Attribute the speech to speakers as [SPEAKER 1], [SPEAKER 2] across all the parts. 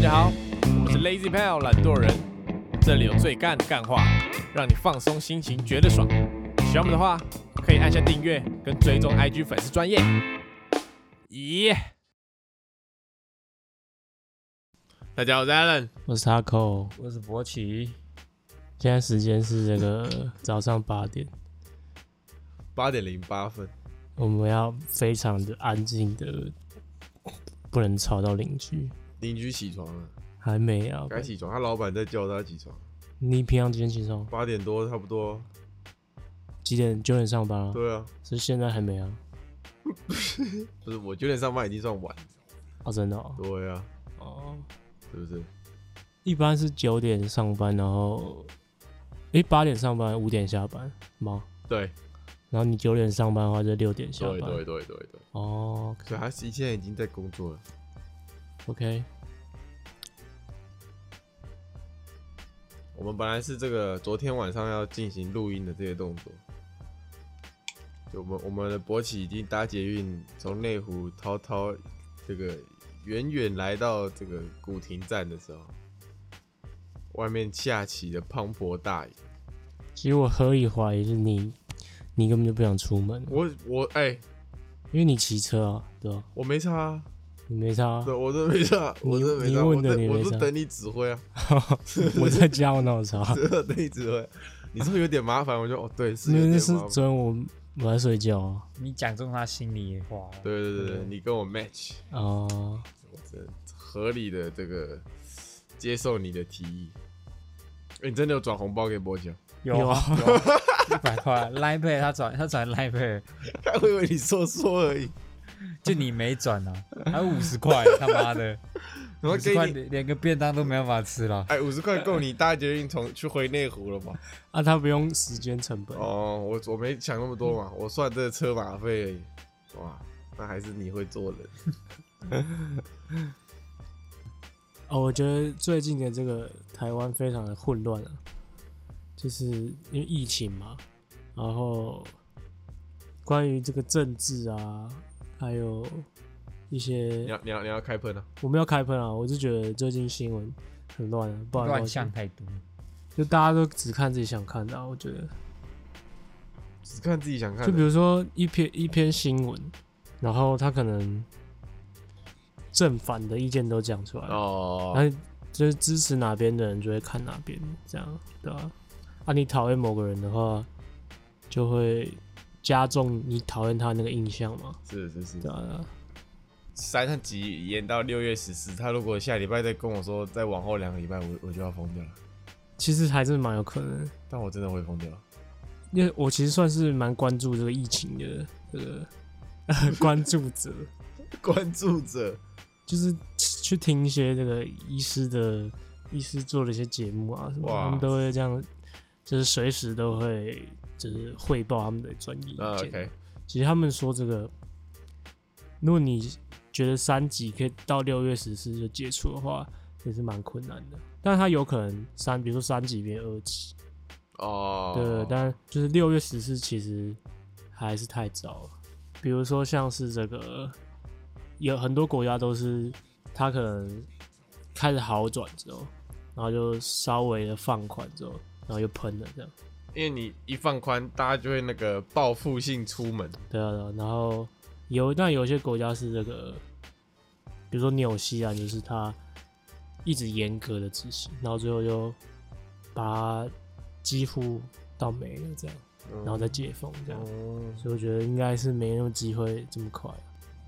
[SPEAKER 1] 家好，我是 Lazy Pal 懒惰人，这里有最干的干话，让你放松心情，觉得爽。喜欢我们的话，可以按下订阅跟追踪 IG 粉丝专业。咦、大家好，我是 Alan。
[SPEAKER 2] 我是 Taco，
[SPEAKER 3] 我是博奇，
[SPEAKER 2] 现在时间是这个早上八点，
[SPEAKER 4] 八点零八分，
[SPEAKER 2] 我们要非常的安静的，不能吵到邻居。
[SPEAKER 4] 邻居起床了，
[SPEAKER 2] 还没啊？
[SPEAKER 4] 该起床，他老板在叫他起床。
[SPEAKER 2] 你平常几点起床？
[SPEAKER 4] 八点多差不多，
[SPEAKER 2] 几点？九点上班啊？
[SPEAKER 4] 对啊，
[SPEAKER 2] 是现在还没啊？
[SPEAKER 4] 不是我九点上班已经算晚，
[SPEAKER 2] 哦，真的哦。
[SPEAKER 4] 对啊，
[SPEAKER 2] 哦，
[SPEAKER 4] 是不是？
[SPEAKER 2] 一般是九点上班，然后诶八点上班，五点下班吗？
[SPEAKER 4] 对，
[SPEAKER 2] 然后你九点上班的话，就六点下
[SPEAKER 4] 对
[SPEAKER 2] 班。
[SPEAKER 4] 对对对对，
[SPEAKER 2] 哦
[SPEAKER 4] 所以他现在已经在工作了。
[SPEAKER 2] ，OK，
[SPEAKER 4] 我们本来是这个昨天晚上要进行录音的这些动作，就我们我们的博起已经搭捷运从内湖滔滔这个远远来到这个古亭站的时候，外面下起了滂沱大雨。
[SPEAKER 2] 其实我合理怀疑是你，你根本就不想出门，
[SPEAKER 4] 我我哎、
[SPEAKER 2] 因为你骑车啊，对吧、
[SPEAKER 4] 我没差、啊，
[SPEAKER 2] 你没差、啊。
[SPEAKER 4] 对我真的没差，
[SPEAKER 2] 你
[SPEAKER 4] 我真的没差，
[SPEAKER 2] 你
[SPEAKER 4] 我
[SPEAKER 2] 问的你
[SPEAKER 4] 等
[SPEAKER 2] 没
[SPEAKER 4] 我
[SPEAKER 2] 差
[SPEAKER 4] 是等你指挥啊，
[SPEAKER 2] 我在家我脑槽，
[SPEAKER 4] 真的等你指挥。你说有点麻烦，我就哦对，是
[SPEAKER 2] 啊因为
[SPEAKER 4] 有
[SPEAKER 2] 那
[SPEAKER 4] 点
[SPEAKER 2] 是
[SPEAKER 4] 麻烦。
[SPEAKER 2] 昨天我我在睡觉啊
[SPEAKER 3] 你讲中他心里的话了。
[SPEAKER 4] 对对对对，你跟我 match，
[SPEAKER 2] 哦，
[SPEAKER 4] 合理的这个接受你的提议。哎你真的有转红包给波姐？
[SPEAKER 3] 有
[SPEAKER 2] 有
[SPEAKER 3] 啊
[SPEAKER 2] 啊，
[SPEAKER 3] 一百块 Line Pay 他转他转 Line Pay，
[SPEAKER 4] 我以为你说说而已，
[SPEAKER 3] 就你没转啊，还五十块，他 妈的，
[SPEAKER 4] 然
[SPEAKER 3] 五
[SPEAKER 4] 后
[SPEAKER 3] 十
[SPEAKER 4] 给
[SPEAKER 3] 块
[SPEAKER 4] 你
[SPEAKER 3] 连连个便当都没办法吃了。
[SPEAKER 4] 哎五十块够你搭捷运从去回内湖了嘛？
[SPEAKER 2] 啊，他不用时间成本，
[SPEAKER 4] 哦，我我没想那么多嘛，我算这车马费而已，哇，那还是你会做 人。
[SPEAKER 2] 哦，我觉得最近的这个台湾非常的混乱啊，就是因为疫情嘛，然后关于这个政治啊，还有一
[SPEAKER 4] 你
[SPEAKER 2] 些
[SPEAKER 4] 要你要你要开喷啊？
[SPEAKER 2] 我们要开喷啊，我就觉得最近新闻很乱啊，不然
[SPEAKER 3] 乱象太多，
[SPEAKER 2] 就大家都只看自己想看的、啊，我觉得。
[SPEAKER 4] 只看自己想看
[SPEAKER 2] 就
[SPEAKER 4] 的
[SPEAKER 2] 比。如说一篇一篇新闻，然后他可能正反的意见都讲出来了，
[SPEAKER 4] 哦，
[SPEAKER 2] 然后就是支持哪边的人就会看哪边，这样对吧、啊？你讨厌某个人的话，就会加重你讨厌他那个印象嘛，
[SPEAKER 4] 是是是
[SPEAKER 2] 对，吧、啊？
[SPEAKER 4] 三上集延到六月十四，他如果下礼拜再跟我说再往后两个礼拜，我我就要疯掉了。
[SPEAKER 2] 其实还是蛮有可能，
[SPEAKER 4] 但我真的会疯掉，
[SPEAKER 2] 因为我其实算是蛮关注这个疫情的这个、 关注者，
[SPEAKER 4] 关注者
[SPEAKER 2] 就是去听一些这个医师的医师做的一些节目啊什么，
[SPEAKER 4] 哇
[SPEAKER 2] 他们都会这样，就是随时都会就是汇报他们的专业意见。
[SPEAKER 4] 啊，OK，
[SPEAKER 2] 其实他们说这个，如果你觉得三级可以到六月十四就解除的话，也是蛮困难的。但它有可能三，比如说三级变二级，
[SPEAKER 4] 哦，
[SPEAKER 2] 对，但就是六月十四其实还是太早了。比如说像是这个，有很多国家都是它可能开始好转之后，然后就稍微的放宽之后，然后又喷了这样。
[SPEAKER 4] 因为你一放宽，大家就会那个报复性出门，
[SPEAKER 2] 对啊，对啊然后有但有些国家是这个，比如说纽西兰，就是它一直严格的执行，然后最后就把它几乎到没了这样，
[SPEAKER 4] 嗯
[SPEAKER 2] 然后再解封这样。
[SPEAKER 4] 哦，
[SPEAKER 2] 所以我觉得应该是没那么机会这么快。啊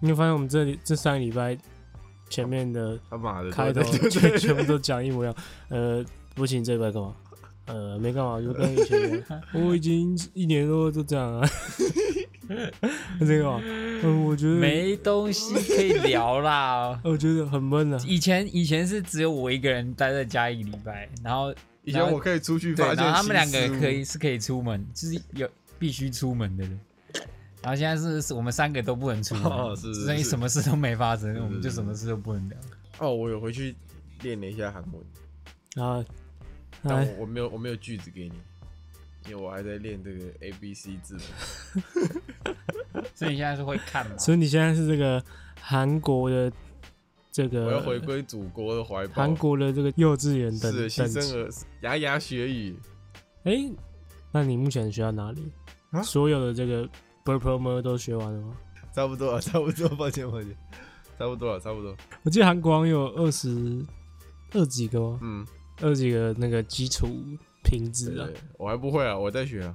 [SPEAKER 2] 你有发现我们这里这三个礼拜前面的
[SPEAKER 4] 他妈的，
[SPEAKER 2] 开头
[SPEAKER 4] 哦对对对
[SPEAKER 2] 全全部都讲一模一样。呃，不行，这一拜干嘛？呃，没干嘛，就跟以前一 样。我已经一年多都这样了。这个嘛，嗯，我觉得，。
[SPEAKER 3] 没东西可以聊啦
[SPEAKER 2] 我觉得很闷啊。
[SPEAKER 3] 以前以前是只有我一个人待在家一个礼拜，然后
[SPEAKER 4] 以前我可以出去
[SPEAKER 3] 对，
[SPEAKER 4] 发现
[SPEAKER 3] 然后他们两
[SPEAKER 4] 新事
[SPEAKER 3] 个
[SPEAKER 4] 物
[SPEAKER 3] 可以是可以出门，就是有必须出门的人。然后现在是是我们三个都不能出门，
[SPEAKER 4] 哦是是
[SPEAKER 3] 所以
[SPEAKER 4] 是
[SPEAKER 3] 什么事都没发生，我们
[SPEAKER 4] 是
[SPEAKER 3] 就什么事都不能聊。
[SPEAKER 4] 哦，我有回去练了一下韩文，
[SPEAKER 2] 啊，
[SPEAKER 4] 但
[SPEAKER 2] 哎，
[SPEAKER 4] 我我没有我没有句子给你，因为我还在练这个 A B C 字母，
[SPEAKER 3] 所以你现在是会看吗？
[SPEAKER 2] 所以你现在是这个韩国的这
[SPEAKER 4] 我要回
[SPEAKER 2] 个
[SPEAKER 4] 归祖国的怀抱。
[SPEAKER 2] 韩国的这个幼稚园等
[SPEAKER 4] 是新
[SPEAKER 2] 等
[SPEAKER 4] 生
[SPEAKER 2] 级。
[SPEAKER 4] 儿牙牙学语，
[SPEAKER 2] 哎、那你目前学到哪里？
[SPEAKER 4] 啊
[SPEAKER 2] 所有的这个 b u r p l e 都学完了吗？
[SPEAKER 4] 差不多了，差不多，抱歉抱歉，差不多啊了，差不多。
[SPEAKER 2] 我记得韩国好像有二十二几个吗？
[SPEAKER 4] 嗯，
[SPEAKER 2] 二十几个那个基础品质啊
[SPEAKER 4] 对，，我还不会啊，我在学啊。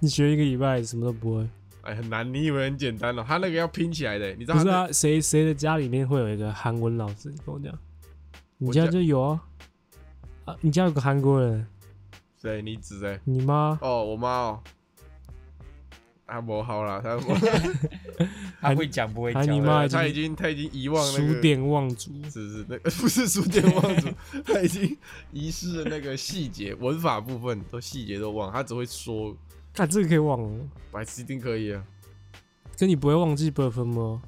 [SPEAKER 2] 你学一个礼拜什么都不会。
[SPEAKER 4] 哎，很难，你以为很简单哦？他那个要拼起来的，你知道
[SPEAKER 2] 不
[SPEAKER 4] 他
[SPEAKER 2] 是
[SPEAKER 4] 那？
[SPEAKER 2] 啊，谁谁的家里面会有一个韩文老师？你跟我讲，你
[SPEAKER 4] 我
[SPEAKER 2] 家
[SPEAKER 4] 家
[SPEAKER 2] 就有啊。啊，你家有个韩国人，
[SPEAKER 4] 谁？你指谁？
[SPEAKER 2] 你妈
[SPEAKER 4] 哦，我妈哦。啊，不好啦，他
[SPEAKER 3] 他会讲不会
[SPEAKER 2] 还
[SPEAKER 3] 讲？
[SPEAKER 2] 你妈
[SPEAKER 4] 他已经他已经遗忘那
[SPEAKER 2] 数
[SPEAKER 4] 个，
[SPEAKER 2] 典忘祖，
[SPEAKER 4] 是是那个 不是书店忘祖，他已经遗失了那个细节，文法部分都细节都忘，他只会说，
[SPEAKER 2] 看啊这个可以忘了，
[SPEAKER 4] 白痴一定可以啊。
[SPEAKER 2] 跟你不会忘记 b u r p l e 吗？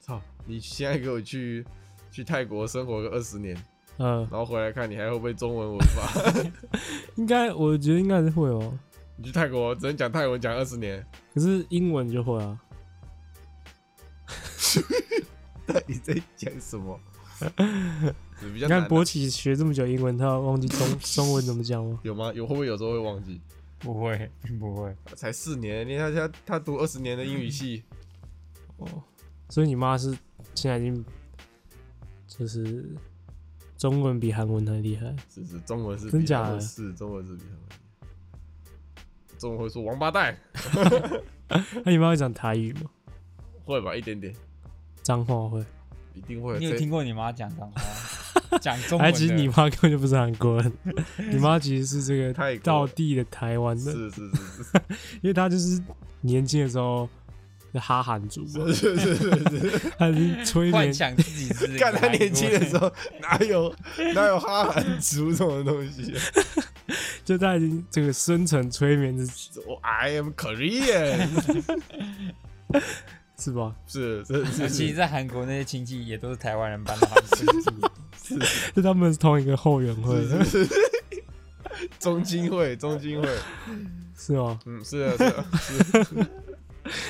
[SPEAKER 4] 操！你现在给我去去泰国生活个二十年，
[SPEAKER 2] 呃，
[SPEAKER 4] 然后回来看你还会不会中文文法？
[SPEAKER 2] 应该我觉得应该是会哦，
[SPEAKER 4] 你去泰国只能讲泰文讲二十年，
[SPEAKER 2] 可是英文就会啊。
[SPEAKER 4] 到 底在讲什 么？是比较
[SPEAKER 2] 你
[SPEAKER 4] 难
[SPEAKER 2] 看
[SPEAKER 4] 啊、
[SPEAKER 2] 博奇学这么久英文，他忘记中中文怎么讲 吗？
[SPEAKER 4] 有吗？有会不会有时候会忘记？
[SPEAKER 3] 不会，并不会。
[SPEAKER 4] 才四年，你看他他读二十年的英语系，
[SPEAKER 2] 哦，所以你妈是现在已经就是中文比韩文还厉 害。
[SPEAKER 4] 是是中文是
[SPEAKER 2] 真
[SPEAKER 4] 比他
[SPEAKER 2] 假
[SPEAKER 4] 们
[SPEAKER 2] 的
[SPEAKER 4] 是中文是比他们厉害，中文会说王八蛋，
[SPEAKER 2] 那你妈会讲台语吗？
[SPEAKER 4] 会吧？一点点，
[SPEAKER 2] 脏话会？
[SPEAKER 4] 一定会。
[SPEAKER 3] 你有
[SPEAKER 4] 谁
[SPEAKER 3] 听过你妈 讲脏话？讲中
[SPEAKER 2] 哎，
[SPEAKER 3] 文
[SPEAKER 2] 其实
[SPEAKER 3] 的
[SPEAKER 2] 你妈根本就不是韩国 人，你妈其实是这
[SPEAKER 4] 泰
[SPEAKER 2] 个
[SPEAKER 4] 国
[SPEAKER 2] 道地的台湾的，
[SPEAKER 4] 是是是是
[SPEAKER 2] 因为她就是年轻的时候是哈韩族嘛，
[SPEAKER 4] 是是 是是。
[SPEAKER 2] 她是催
[SPEAKER 3] 幻
[SPEAKER 2] 眠，
[SPEAKER 3] 想自己是一个
[SPEAKER 4] 干他
[SPEAKER 3] 韩国
[SPEAKER 4] 年轻的
[SPEAKER 3] 人
[SPEAKER 4] 时候，哪有 哪有哈韩族这种东西、啊？
[SPEAKER 2] 就她已经这个深层催眠自己，
[SPEAKER 4] 我 I am Korean，
[SPEAKER 2] 是吧？
[SPEAKER 4] 是是
[SPEAKER 2] 啊
[SPEAKER 4] 是
[SPEAKER 3] 其实，
[SPEAKER 4] 是
[SPEAKER 3] 在韩国那些亲戚也都是台湾人搬到韩国去住，
[SPEAKER 2] 就他们是同一个后援会，
[SPEAKER 4] 中金会，中金会，
[SPEAKER 2] 是吗？
[SPEAKER 4] 嗯，是啊是啊，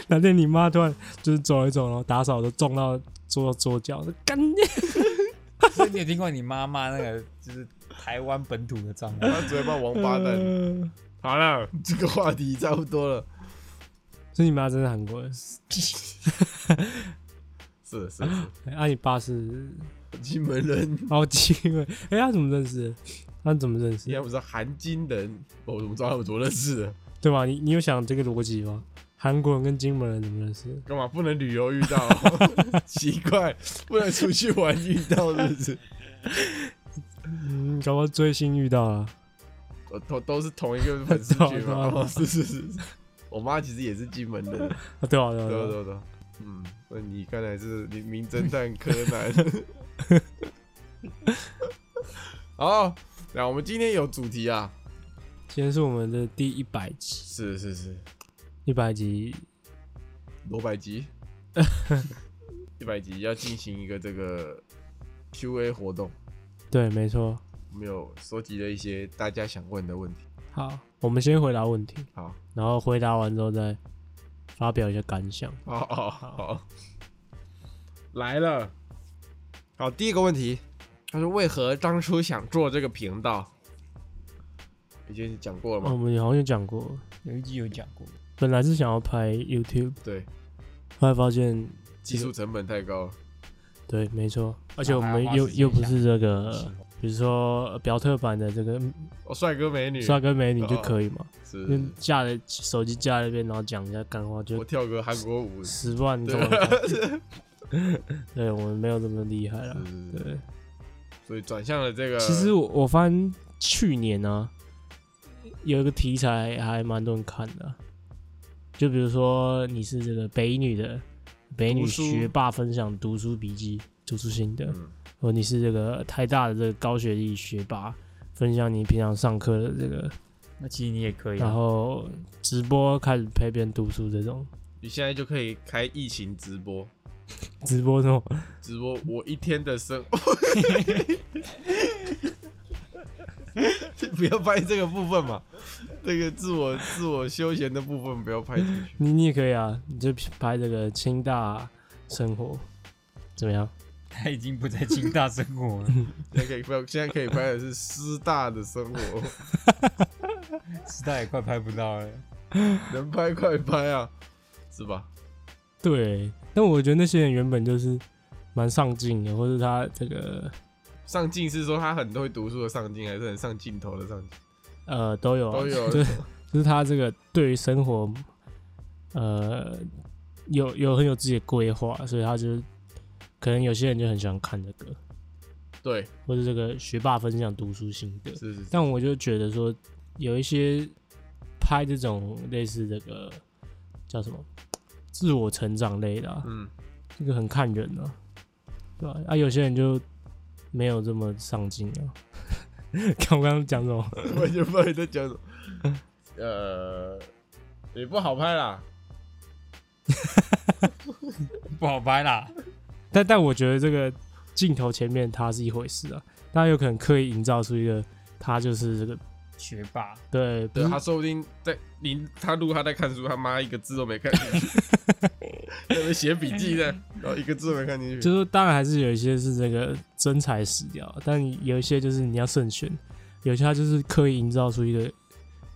[SPEAKER 2] 哪天你妈突然就是走一走，然后打扫都撞到桌桌角，说干你！
[SPEAKER 3] 所以你有听过你妈妈那个就是台湾本土的脏话？
[SPEAKER 4] 他嘴巴王八蛋。
[SPEAKER 2] 呃
[SPEAKER 4] 好了，这个话题差不多了，
[SPEAKER 2] 所以你妈真是韩国人，
[SPEAKER 4] 是是是，
[SPEAKER 2] 啊，你爸是
[SPEAKER 4] 金门人，
[SPEAKER 2] 好奇 怪，哎，他怎么认识的？他怎么认识
[SPEAKER 4] 你
[SPEAKER 2] 的？
[SPEAKER 4] 还不是韩金人？我怎么知道他们怎么认识的？
[SPEAKER 2] 对吧？你你有想这个逻辑吗？韩国人跟金门人怎么认识？
[SPEAKER 4] 干嘛不能旅游遇 到？奇怪，不能出去玩遇到是不是？
[SPEAKER 2] 嗯，搞不好追星遇到了。
[SPEAKER 4] 都都都是同一个粉丝
[SPEAKER 2] 懂
[SPEAKER 4] 群嘛，
[SPEAKER 2] 懂
[SPEAKER 4] 哦是是是，我妈其实也是金门人，
[SPEAKER 2] 啊，对啊，对啊，
[SPEAKER 4] 对
[SPEAKER 2] 对啊
[SPEAKER 4] 啊对啊对啊，嗯，那你看来是名名侦探柯南。 好，那我们今天有主题啊，
[SPEAKER 2] 今天是我们的第一百集，
[SPEAKER 4] 是是是，
[SPEAKER 2] 一百集
[SPEAKER 4] 罗百集，一百集要进行一个这个 Q&A 活动，
[SPEAKER 2] 对，没错。
[SPEAKER 4] 我们有收集了一些大家想问的问题。
[SPEAKER 2] 好，我们先回答问题，
[SPEAKER 4] 好，
[SPEAKER 2] 然后回答完之后再发表一下感想。
[SPEAKER 4] 好好好，来了。好，第一个问题，他说为何当初想做这个频道？已经讲过了
[SPEAKER 2] 哦我
[SPEAKER 4] 吗？
[SPEAKER 2] 们好像有讲过，
[SPEAKER 3] 有一集有讲过，
[SPEAKER 2] 本来是想要拍 YouTube，
[SPEAKER 4] 对，
[SPEAKER 2] 后来发现
[SPEAKER 4] 技术成本太高了。
[SPEAKER 2] 对，没错，而且
[SPEAKER 3] 然
[SPEAKER 2] 我
[SPEAKER 3] 后还
[SPEAKER 2] 们
[SPEAKER 3] 要花
[SPEAKER 2] 又
[SPEAKER 3] 时间
[SPEAKER 2] 又不是这
[SPEAKER 3] 是嗯
[SPEAKER 2] 个，比如说呃表特版的这个
[SPEAKER 4] 哦，帅哥美女，
[SPEAKER 2] 帅哥美女就
[SPEAKER 4] 哦
[SPEAKER 2] 可以嘛，
[SPEAKER 4] 是
[SPEAKER 2] 就架在手机架在那边，然后讲一下干话就
[SPEAKER 4] 我跳个韩国舞，是
[SPEAKER 2] 十万 中文版对我们没有这么厉害了。
[SPEAKER 4] 是是
[SPEAKER 2] 啊对，
[SPEAKER 4] 所以转向了这个。
[SPEAKER 2] 其实我我发现去年呢、有一个题材还蛮多人看的啊，就比如说你是这个北女的北女
[SPEAKER 4] 读书
[SPEAKER 2] 学霸分享读书笔记、读书心得，
[SPEAKER 4] 嗯
[SPEAKER 2] 或你是这个台大的这个高学历学霸分享你平常上课的这个，
[SPEAKER 3] 那其实你也可以
[SPEAKER 2] 然
[SPEAKER 3] 啊。
[SPEAKER 2] 后直播开始陪别人读书这种
[SPEAKER 4] 你现在就可以开疫情直播，
[SPEAKER 2] 直播这种，
[SPEAKER 4] 直播我一天的生。 不要拍这个部分嘛，这个自我自我休闲的部分不要拍进去。
[SPEAKER 2] 你你也可以啊，你就拍这个清大生活，怎么样？
[SPEAKER 3] 他已经不在清大生活了，
[SPEAKER 4] 现在可以拍，现在可以拍的是师大的生 活，
[SPEAKER 3] 师大也快拍不到了。
[SPEAKER 4] 能拍快拍啊，是吧？
[SPEAKER 2] 对，但我觉得那些人原本就是蛮上进的，或者他这个
[SPEAKER 4] 上进是说他很会读书的上进，还是很上镜头的上进？
[SPEAKER 2] 呃都有啊、
[SPEAKER 4] 都 有
[SPEAKER 2] 就就是他这个对于生活呃有有很有自己的规划，所以他就可能有些人就很喜欢看这个，
[SPEAKER 4] 对，
[SPEAKER 2] 或者这个学霸分享读书心得。
[SPEAKER 4] 是是是，
[SPEAKER 2] 但我就觉得说，有一些拍这种类似这个叫什么自我成长类的、啊，
[SPEAKER 4] 嗯，
[SPEAKER 2] 这个很看人啊，对吧、啊？有些人就没有这么上进啊。 看我刚刚讲什么？
[SPEAKER 4] 我就不知道你在讲什么，呃，也不好拍啦，
[SPEAKER 3] 不好拍啦，
[SPEAKER 2] 但但我觉得这个镜头前面他是一回事啊，他有可能刻意营造出一个他就是这个
[SPEAKER 3] 学霸，
[SPEAKER 2] 对，不
[SPEAKER 4] 对
[SPEAKER 2] 是
[SPEAKER 4] 他说不定在你他录他在看书，他妈一个字都没看 进去，在那边写笔记呢，然后一个字都没看进去
[SPEAKER 2] 就。是当然还是有一些是这个真材实料，啊但有一些就是你要慎选，有些他就是刻意营造出一个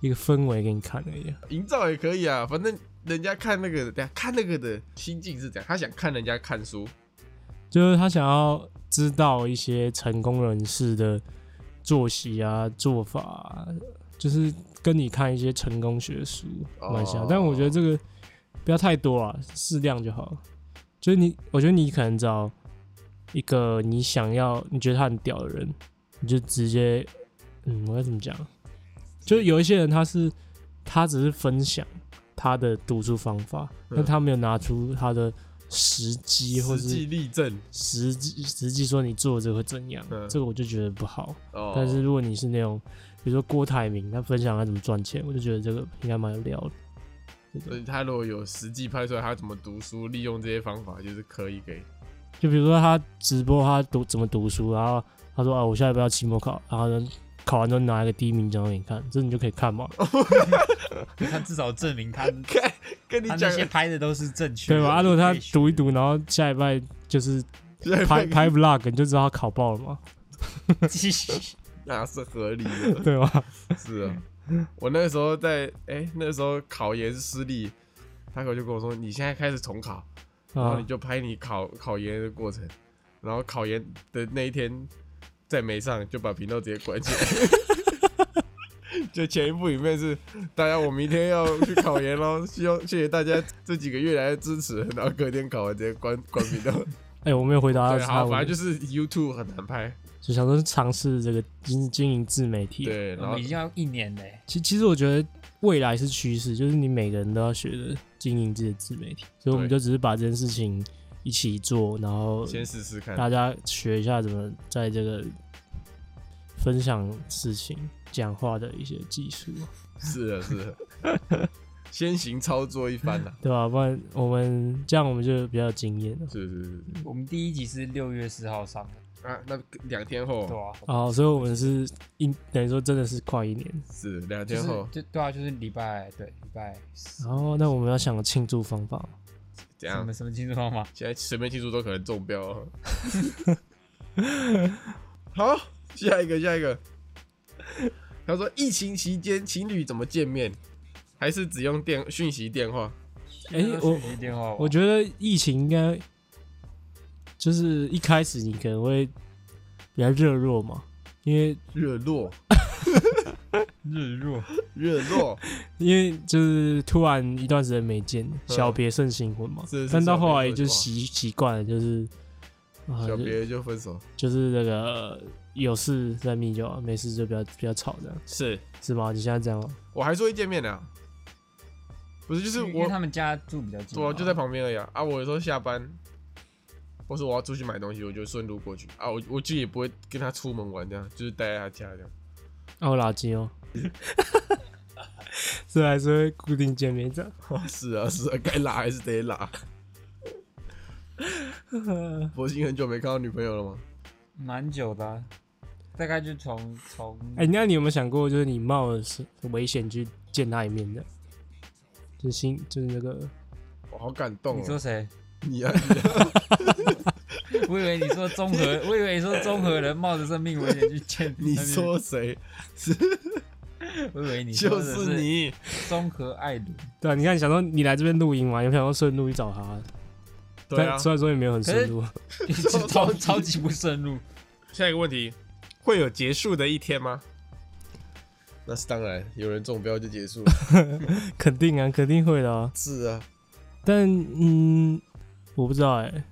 [SPEAKER 2] 一个氛围给你看而已啊。
[SPEAKER 4] 营造也可以啊，反正人家看那个的，等下看那个的心境是怎样，他想看人家看书，
[SPEAKER 2] 就是他想要知道一些成功人士的作息啊、做法啊、就是跟你看一些成功学书
[SPEAKER 4] 哦
[SPEAKER 2] 蛮像。但我觉得这个不要太多啊，适量就好。就是你，我觉得你可能找一个你想要、你觉得他很屌的人，你就直接，嗯，我要怎么讲？就是有一些人他是他只是分享他的读书方法，
[SPEAKER 4] 嗯
[SPEAKER 2] 但他没有拿出他的时机或
[SPEAKER 4] 实
[SPEAKER 2] 是
[SPEAKER 4] 际例证
[SPEAKER 2] 实际实际说你做这个会怎样，
[SPEAKER 4] 嗯
[SPEAKER 2] 这个我就觉得不好。
[SPEAKER 4] 哦。
[SPEAKER 2] 但是如果你是那种，比如说郭台铭，他分享他怎么赚钱，我就觉得这个应该蛮有料的。
[SPEAKER 4] 所以他如果有实际拍出来他怎么读书，利用这些方法，就是可以 给
[SPEAKER 2] 就比如说他直播他读怎么读书，然后他说啊，我下礼拜要期末考，然后呢考完之后拿一个第一名奖给你看，这你就可以看嘛，
[SPEAKER 4] 哦
[SPEAKER 3] 他至少证明他
[SPEAKER 4] 看 跟你
[SPEAKER 3] 他
[SPEAKER 4] 讲
[SPEAKER 3] 那，些拍的都是正确的。
[SPEAKER 2] 对吧？啊，如果他
[SPEAKER 3] 可以学
[SPEAKER 2] 读一，读，然后下礼拜就是
[SPEAKER 4] 对
[SPEAKER 2] 拍拍 vlog，你就知道他考爆了 嘛，
[SPEAKER 3] 继续
[SPEAKER 4] 那是合理的，
[SPEAKER 2] 对吧？
[SPEAKER 4] 是 啊。我那个时候在哎、那个时候考研是私立，他可就跟我说，你现在开始重考，然后
[SPEAKER 2] 啊
[SPEAKER 4] 你，就拍你考考研的过程，然后考研的那一天再没上，就把频道直接关起来。 就前一部影片是大家，我明天要去考研喽，希望谢谢大家这几个月来的支持，然后隔天考完直接关关频道。
[SPEAKER 2] 哎，我没有回答
[SPEAKER 4] 对，
[SPEAKER 2] 他他
[SPEAKER 4] 好，
[SPEAKER 2] 的
[SPEAKER 4] 反
[SPEAKER 2] 问
[SPEAKER 4] 正
[SPEAKER 2] 题，
[SPEAKER 4] 就是 YouTube 很难拍，
[SPEAKER 2] 就想说是尝试这个经经营自媒体，
[SPEAKER 4] 对，
[SPEAKER 3] 我
[SPEAKER 4] 然后
[SPEAKER 3] 们已经要一年嘞、
[SPEAKER 2] 其其实我觉得未来是趋势，就是你每个人都要学着经营自己的自媒体，所以我们
[SPEAKER 4] 对
[SPEAKER 2] 就只是把这件事情一起做，然后
[SPEAKER 4] 先试试看。
[SPEAKER 2] 大家学一下怎么在这个分享事情、讲话的一些技术，
[SPEAKER 4] 是的，是的，先行操作一番啦。
[SPEAKER 2] 对吧、不然我们这样我们就比较有经验了。
[SPEAKER 4] 是是是是
[SPEAKER 3] 我们第一集是六月四号上的，
[SPEAKER 4] 啊，那两天后
[SPEAKER 3] 对啊，
[SPEAKER 2] 哦，所以我们是一等于说真的是快一年。
[SPEAKER 4] 是两
[SPEAKER 3] 就
[SPEAKER 4] 天
[SPEAKER 3] 是
[SPEAKER 4] 后，
[SPEAKER 3] 就对啊，就是礼拜对礼拜
[SPEAKER 4] 哦
[SPEAKER 3] 四，
[SPEAKER 2] 然后那我们要想个庆祝方法，
[SPEAKER 4] 怎
[SPEAKER 3] 什
[SPEAKER 4] 样
[SPEAKER 3] 么？什么庆祝方法？
[SPEAKER 4] 现在随便庆祝都可能中标、哦。好，下一个，下一个。他说，疫情期间情侣怎么见面？还是只用电讯息电话？
[SPEAKER 2] 哎
[SPEAKER 3] 就是
[SPEAKER 2] 我
[SPEAKER 3] 讯息电话吧，
[SPEAKER 2] 我觉得疫情应该就是一开始你可能会比较热络嘛，因为
[SPEAKER 4] 热络，
[SPEAKER 3] 日 落，
[SPEAKER 4] 热络，
[SPEAKER 2] 因为就是突然一段时间没见，小别胜新婚嘛。
[SPEAKER 4] 嗯是是
[SPEAKER 2] 但到后来
[SPEAKER 4] 小别
[SPEAKER 2] 就
[SPEAKER 4] 胜新
[SPEAKER 2] 习习惯了，就是啊、
[SPEAKER 4] 小
[SPEAKER 2] 就
[SPEAKER 4] 别就分手。
[SPEAKER 2] 就是那个呃有事再密就好，没事就不要不要吵这样，
[SPEAKER 4] 是
[SPEAKER 2] 是吗？你现在这样吗，
[SPEAKER 4] 我还说会见面呢、不是，就是
[SPEAKER 3] 因为因为
[SPEAKER 4] 我
[SPEAKER 3] 他们家住比较近嘛，
[SPEAKER 4] 对啊，就在旁边而已啊。啊我有时候下班，或是我要出去买东西，我就顺路过去啊。我我就也不会跟他出门玩，这样就是待在他家这样。
[SPEAKER 2] 啊，我垃圾 哦。是还是会固定见面这样。
[SPEAKER 4] 是啊，是啊，该拉还是得拉。 博兴很久没看到女朋友了吗？
[SPEAKER 3] 蛮久的啊、大概就从从
[SPEAKER 2] 哎、那你有没有想过，就是你冒着是危险去见他一面的？就是心，就是那个
[SPEAKER 4] 我好感动
[SPEAKER 3] 你说
[SPEAKER 4] 哦！
[SPEAKER 3] 谁？
[SPEAKER 4] 你啊，你啊
[SPEAKER 3] 我以为你说综合， 我以为你说综合人冒着生命危险去见
[SPEAKER 4] 啊你 说，谁？
[SPEAKER 3] 我以为你说
[SPEAKER 4] 就
[SPEAKER 3] 的
[SPEAKER 4] 是
[SPEAKER 3] 是
[SPEAKER 4] 你。
[SPEAKER 3] 综合爱 鲁，
[SPEAKER 2] 对啊，你看，想说你来这边露营嘛，有没有想要顺路去找他？啊
[SPEAKER 4] 对啊
[SPEAKER 2] 但，虽然说也没有很顺路，
[SPEAKER 3] 超超级不深入。
[SPEAKER 1] 下一个问题，
[SPEAKER 4] 会有结束的一天吗？那是当然，有人中标就结 束了。
[SPEAKER 2] 肯定啊，肯定会的啊。
[SPEAKER 4] 是啊，
[SPEAKER 2] 但嗯，我不知道哎、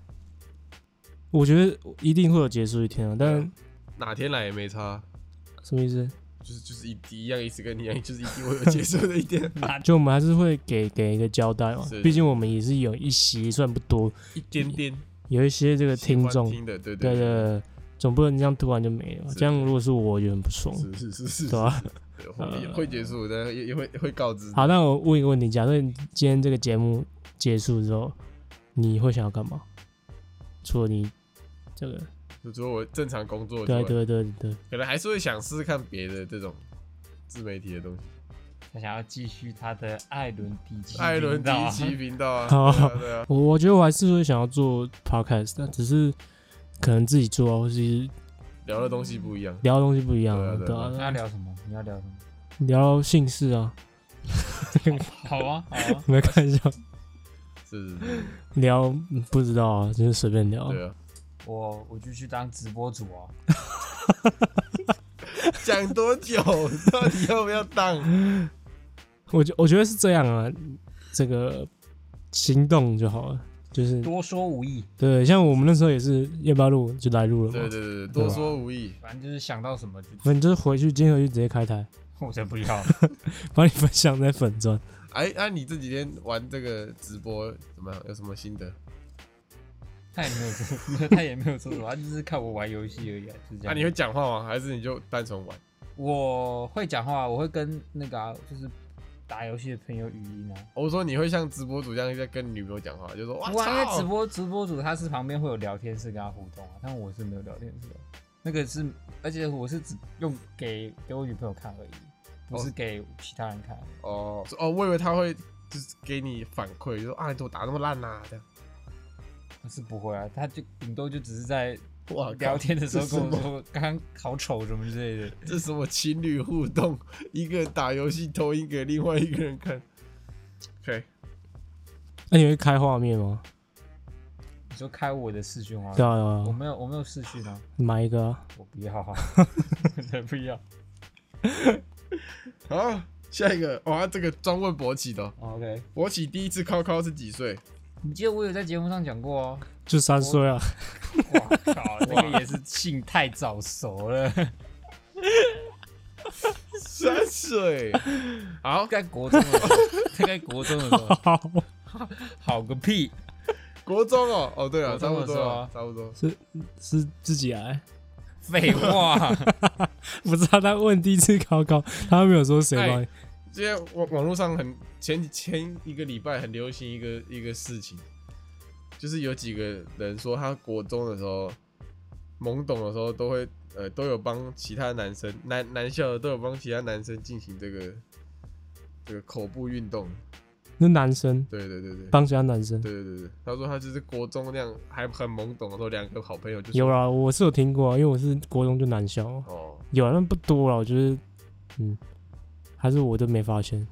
[SPEAKER 2] 我觉得一定会有结束一天啊。但
[SPEAKER 4] 哪天来也没差，
[SPEAKER 2] 什么意思？
[SPEAKER 4] 就是就是一一样意思，跟你一样， 就是一定会有结束的一天。
[SPEAKER 2] 就我们还是会给给一个交代嘛
[SPEAKER 4] 啊是，
[SPEAKER 2] 毕竟我们也是有一席，虽然不多，
[SPEAKER 4] 一点点
[SPEAKER 2] 有一些这个听众
[SPEAKER 4] 喜欢，听的，对
[SPEAKER 2] 对对
[SPEAKER 4] 对
[SPEAKER 2] 对，总不能这样突然就没了吧。
[SPEAKER 4] 是
[SPEAKER 2] 这样如果是我，我觉得很不爽，
[SPEAKER 4] 是是是是，
[SPEAKER 2] 对吧、
[SPEAKER 4] 对啊会会结束，但也也会会告知。
[SPEAKER 2] 好，那我问一个问题：假设你今天这个节目结束之后，你会想要干嘛？除了你这个，
[SPEAKER 4] 就除了我正常工作之外
[SPEAKER 3] 啊
[SPEAKER 2] 对，啊对对对，
[SPEAKER 4] 可能还是会想试试看别的这种自媒体的东西。
[SPEAKER 3] 他想要继续他的艾伦迪奇
[SPEAKER 4] 艾伦
[SPEAKER 3] 频
[SPEAKER 4] 第
[SPEAKER 3] 道啊
[SPEAKER 4] 一期频道 啊，
[SPEAKER 2] 好
[SPEAKER 4] 对啊对啊，
[SPEAKER 2] 我我觉得我还是会想要做 podcast，但只是可能自己做啊，或是
[SPEAKER 4] 聊的东西不一样。
[SPEAKER 2] 聊的东西不一样啊，
[SPEAKER 4] 对啊
[SPEAKER 2] 对
[SPEAKER 4] 对啊
[SPEAKER 2] 啊，对
[SPEAKER 3] 要
[SPEAKER 2] 啊
[SPEAKER 3] 聊什么？你要聊什么？
[SPEAKER 2] 聊姓氏啊，
[SPEAKER 3] 好啊，好啊，
[SPEAKER 2] 没有开玩笑，
[SPEAKER 4] 是是是，
[SPEAKER 2] 聊嗯不知道啊，就是随便
[SPEAKER 3] 哦
[SPEAKER 2] 聊啊。
[SPEAKER 4] 对啊，
[SPEAKER 3] 我我就去当直播主哦。
[SPEAKER 4] 讲多久？到底要不要 当？
[SPEAKER 2] 我觉我觉得是这样啊，这个行动就好了，就是
[SPEAKER 3] 多说无益，
[SPEAKER 2] 对，像我们那时候也是要不要录就来录了嘛，
[SPEAKER 4] 对对对，对多说无益。
[SPEAKER 3] 反正就是想到什么就
[SPEAKER 2] 反正就是回去今天回去直接开台，
[SPEAKER 3] 我才不 要。
[SPEAKER 2] 把你分享在粉钻。
[SPEAKER 4] 哎，那、你这几天玩这个直播怎么样？有什么心得？
[SPEAKER 3] 他也没有说， 他也没有说什么，他就是看我玩游戏而已、啊，就是这
[SPEAKER 4] 那、
[SPEAKER 3] 样。
[SPEAKER 4] 你会讲话吗？还是你就单纯玩？
[SPEAKER 3] 我会讲话，我会跟那个、啊、就是打游戏的朋友语音啊。
[SPEAKER 4] 我说你会像直播主这样在跟女朋友讲话，就说哇
[SPEAKER 3] 哇，那
[SPEAKER 4] 操，
[SPEAKER 3] 直播直播主他是旁边会有聊天室跟他互动啊，但我是没有聊天室的，那个是，而且我是只用给给我女朋友看而已，不是给其他人看。
[SPEAKER 4] 哦哦，我以为他会就是给你反馈，就说啊你怎么打那么烂呐、这样。
[SPEAKER 3] 是不会啊，他就顶多就只是在
[SPEAKER 4] 哇，
[SPEAKER 3] 聊
[SPEAKER 4] 哦靠
[SPEAKER 3] 天的时候
[SPEAKER 4] 这
[SPEAKER 3] 跟
[SPEAKER 4] 是
[SPEAKER 3] 我
[SPEAKER 4] 什么
[SPEAKER 3] 说刚刚好丑什么之类的。
[SPEAKER 4] 这是什么情侣互动？一个打游戏投影给另外一个人看。OK，
[SPEAKER 2] 那、你会开画面吗？
[SPEAKER 3] 你说开我的视讯吗？
[SPEAKER 2] 对啊，对啊
[SPEAKER 3] 我
[SPEAKER 2] 对啊
[SPEAKER 3] 没有我没有视讯啊，
[SPEAKER 2] 买一个、啊。
[SPEAKER 3] 我不要啊，我才不要。
[SPEAKER 4] 好，下一个哇，这个专问博起的哦、
[SPEAKER 3] OK，
[SPEAKER 4] 博起第一次靠靠是几岁？
[SPEAKER 3] 你记得我有在节目上讲过哦。
[SPEAKER 2] 就三岁啊，
[SPEAKER 3] 哇靠，那个也是性太早熟 了，
[SPEAKER 4] 三岁。好，
[SPEAKER 3] 在国中的时候，大概国中的时 候，好个屁！
[SPEAKER 4] 国中哦，哦对了，
[SPEAKER 3] 国
[SPEAKER 4] 差
[SPEAKER 3] 中
[SPEAKER 4] 不
[SPEAKER 3] 的
[SPEAKER 4] 多
[SPEAKER 3] 时候
[SPEAKER 4] 了
[SPEAKER 3] 啊，
[SPEAKER 4] 差不多。
[SPEAKER 2] 是自己来，
[SPEAKER 3] 废话，
[SPEAKER 2] 不知道他问第一次考考，他没有说谁帮你，
[SPEAKER 4] 今天网网络上很前几前一个礼拜很流行一个一个事情，就是有几个人说他国中的时候懵懂的时候都会呃都有帮其他男生男男校的都有帮其他男生进行这个这个口部运动，
[SPEAKER 2] 那男生
[SPEAKER 4] 对对对对。
[SPEAKER 2] 帮其他男生
[SPEAKER 4] 对对对对，他说他就是国中那样还很懵懂的时候，两个好朋友就说
[SPEAKER 2] 有啦，我是有听过、啊，因为我是国中就男校啊，
[SPEAKER 4] 哦，
[SPEAKER 2] 有啊，但不多了，我觉得，嗯，还是我都没发现，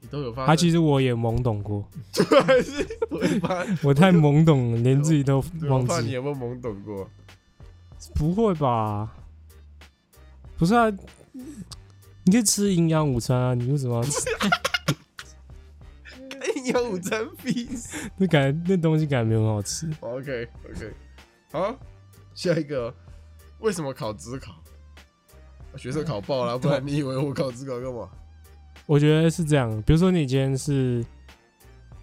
[SPEAKER 4] 你都有发
[SPEAKER 2] 他
[SPEAKER 4] 生，
[SPEAKER 2] 其实我也懵懂过，
[SPEAKER 4] 还是我发
[SPEAKER 2] 我太懵懂了，连自己都
[SPEAKER 4] 对我
[SPEAKER 2] 忘
[SPEAKER 4] 怕你
[SPEAKER 2] 记，
[SPEAKER 4] 有没有懵懂过？
[SPEAKER 2] 不会吧？不是啊，你可以吃营养午餐啊，你为什么要吃？
[SPEAKER 4] 营养午餐必
[SPEAKER 2] 那感觉那东西感觉没有很好吃，
[SPEAKER 4] OK OK，好，下一个，为什么考职考？啊学生考爆了，不然你以为我考职考干嘛？
[SPEAKER 2] 我觉得是这样，比如说你今天是